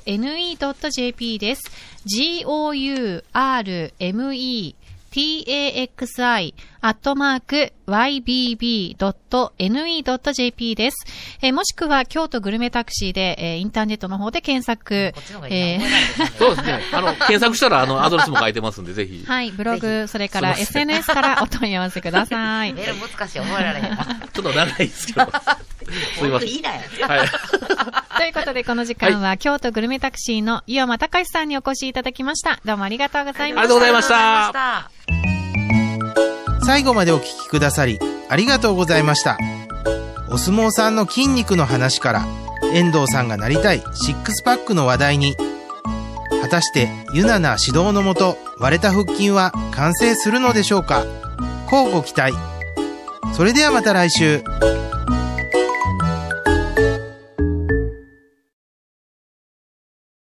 ybb.ne.jp です。g-o-u-r-m-e taxi アットマーク ybb.ne.jp です。えーもしくは京都グルメタクシーで、えーインターネットの方で検索
こっちの方がいい
え
な
ー
そうですね。あの、検索したら、あの、アドレスも書いてますんで、ぜひ。
はい、ブロ
ぜ
グ、それから SNS からお問い合わせくださ い。
メール難しい、覚えられへんわ。
ちょっと長いですけど。すいません。いいなはい。
ということで、この時間は、京都グルメタクシーの伊尾又隆さんにお越しいただきました。どうもありがとうございました。
ありがとうございました
ありがとうございました。
最後までお聞きくださりありがとうございましたお相撲さんの筋肉の話から遠藤さんがなりたいシックスパックの話題に果たしてユナな指導のもと割れた腹筋は完成するのでしょうか乞うご期待それではまた来週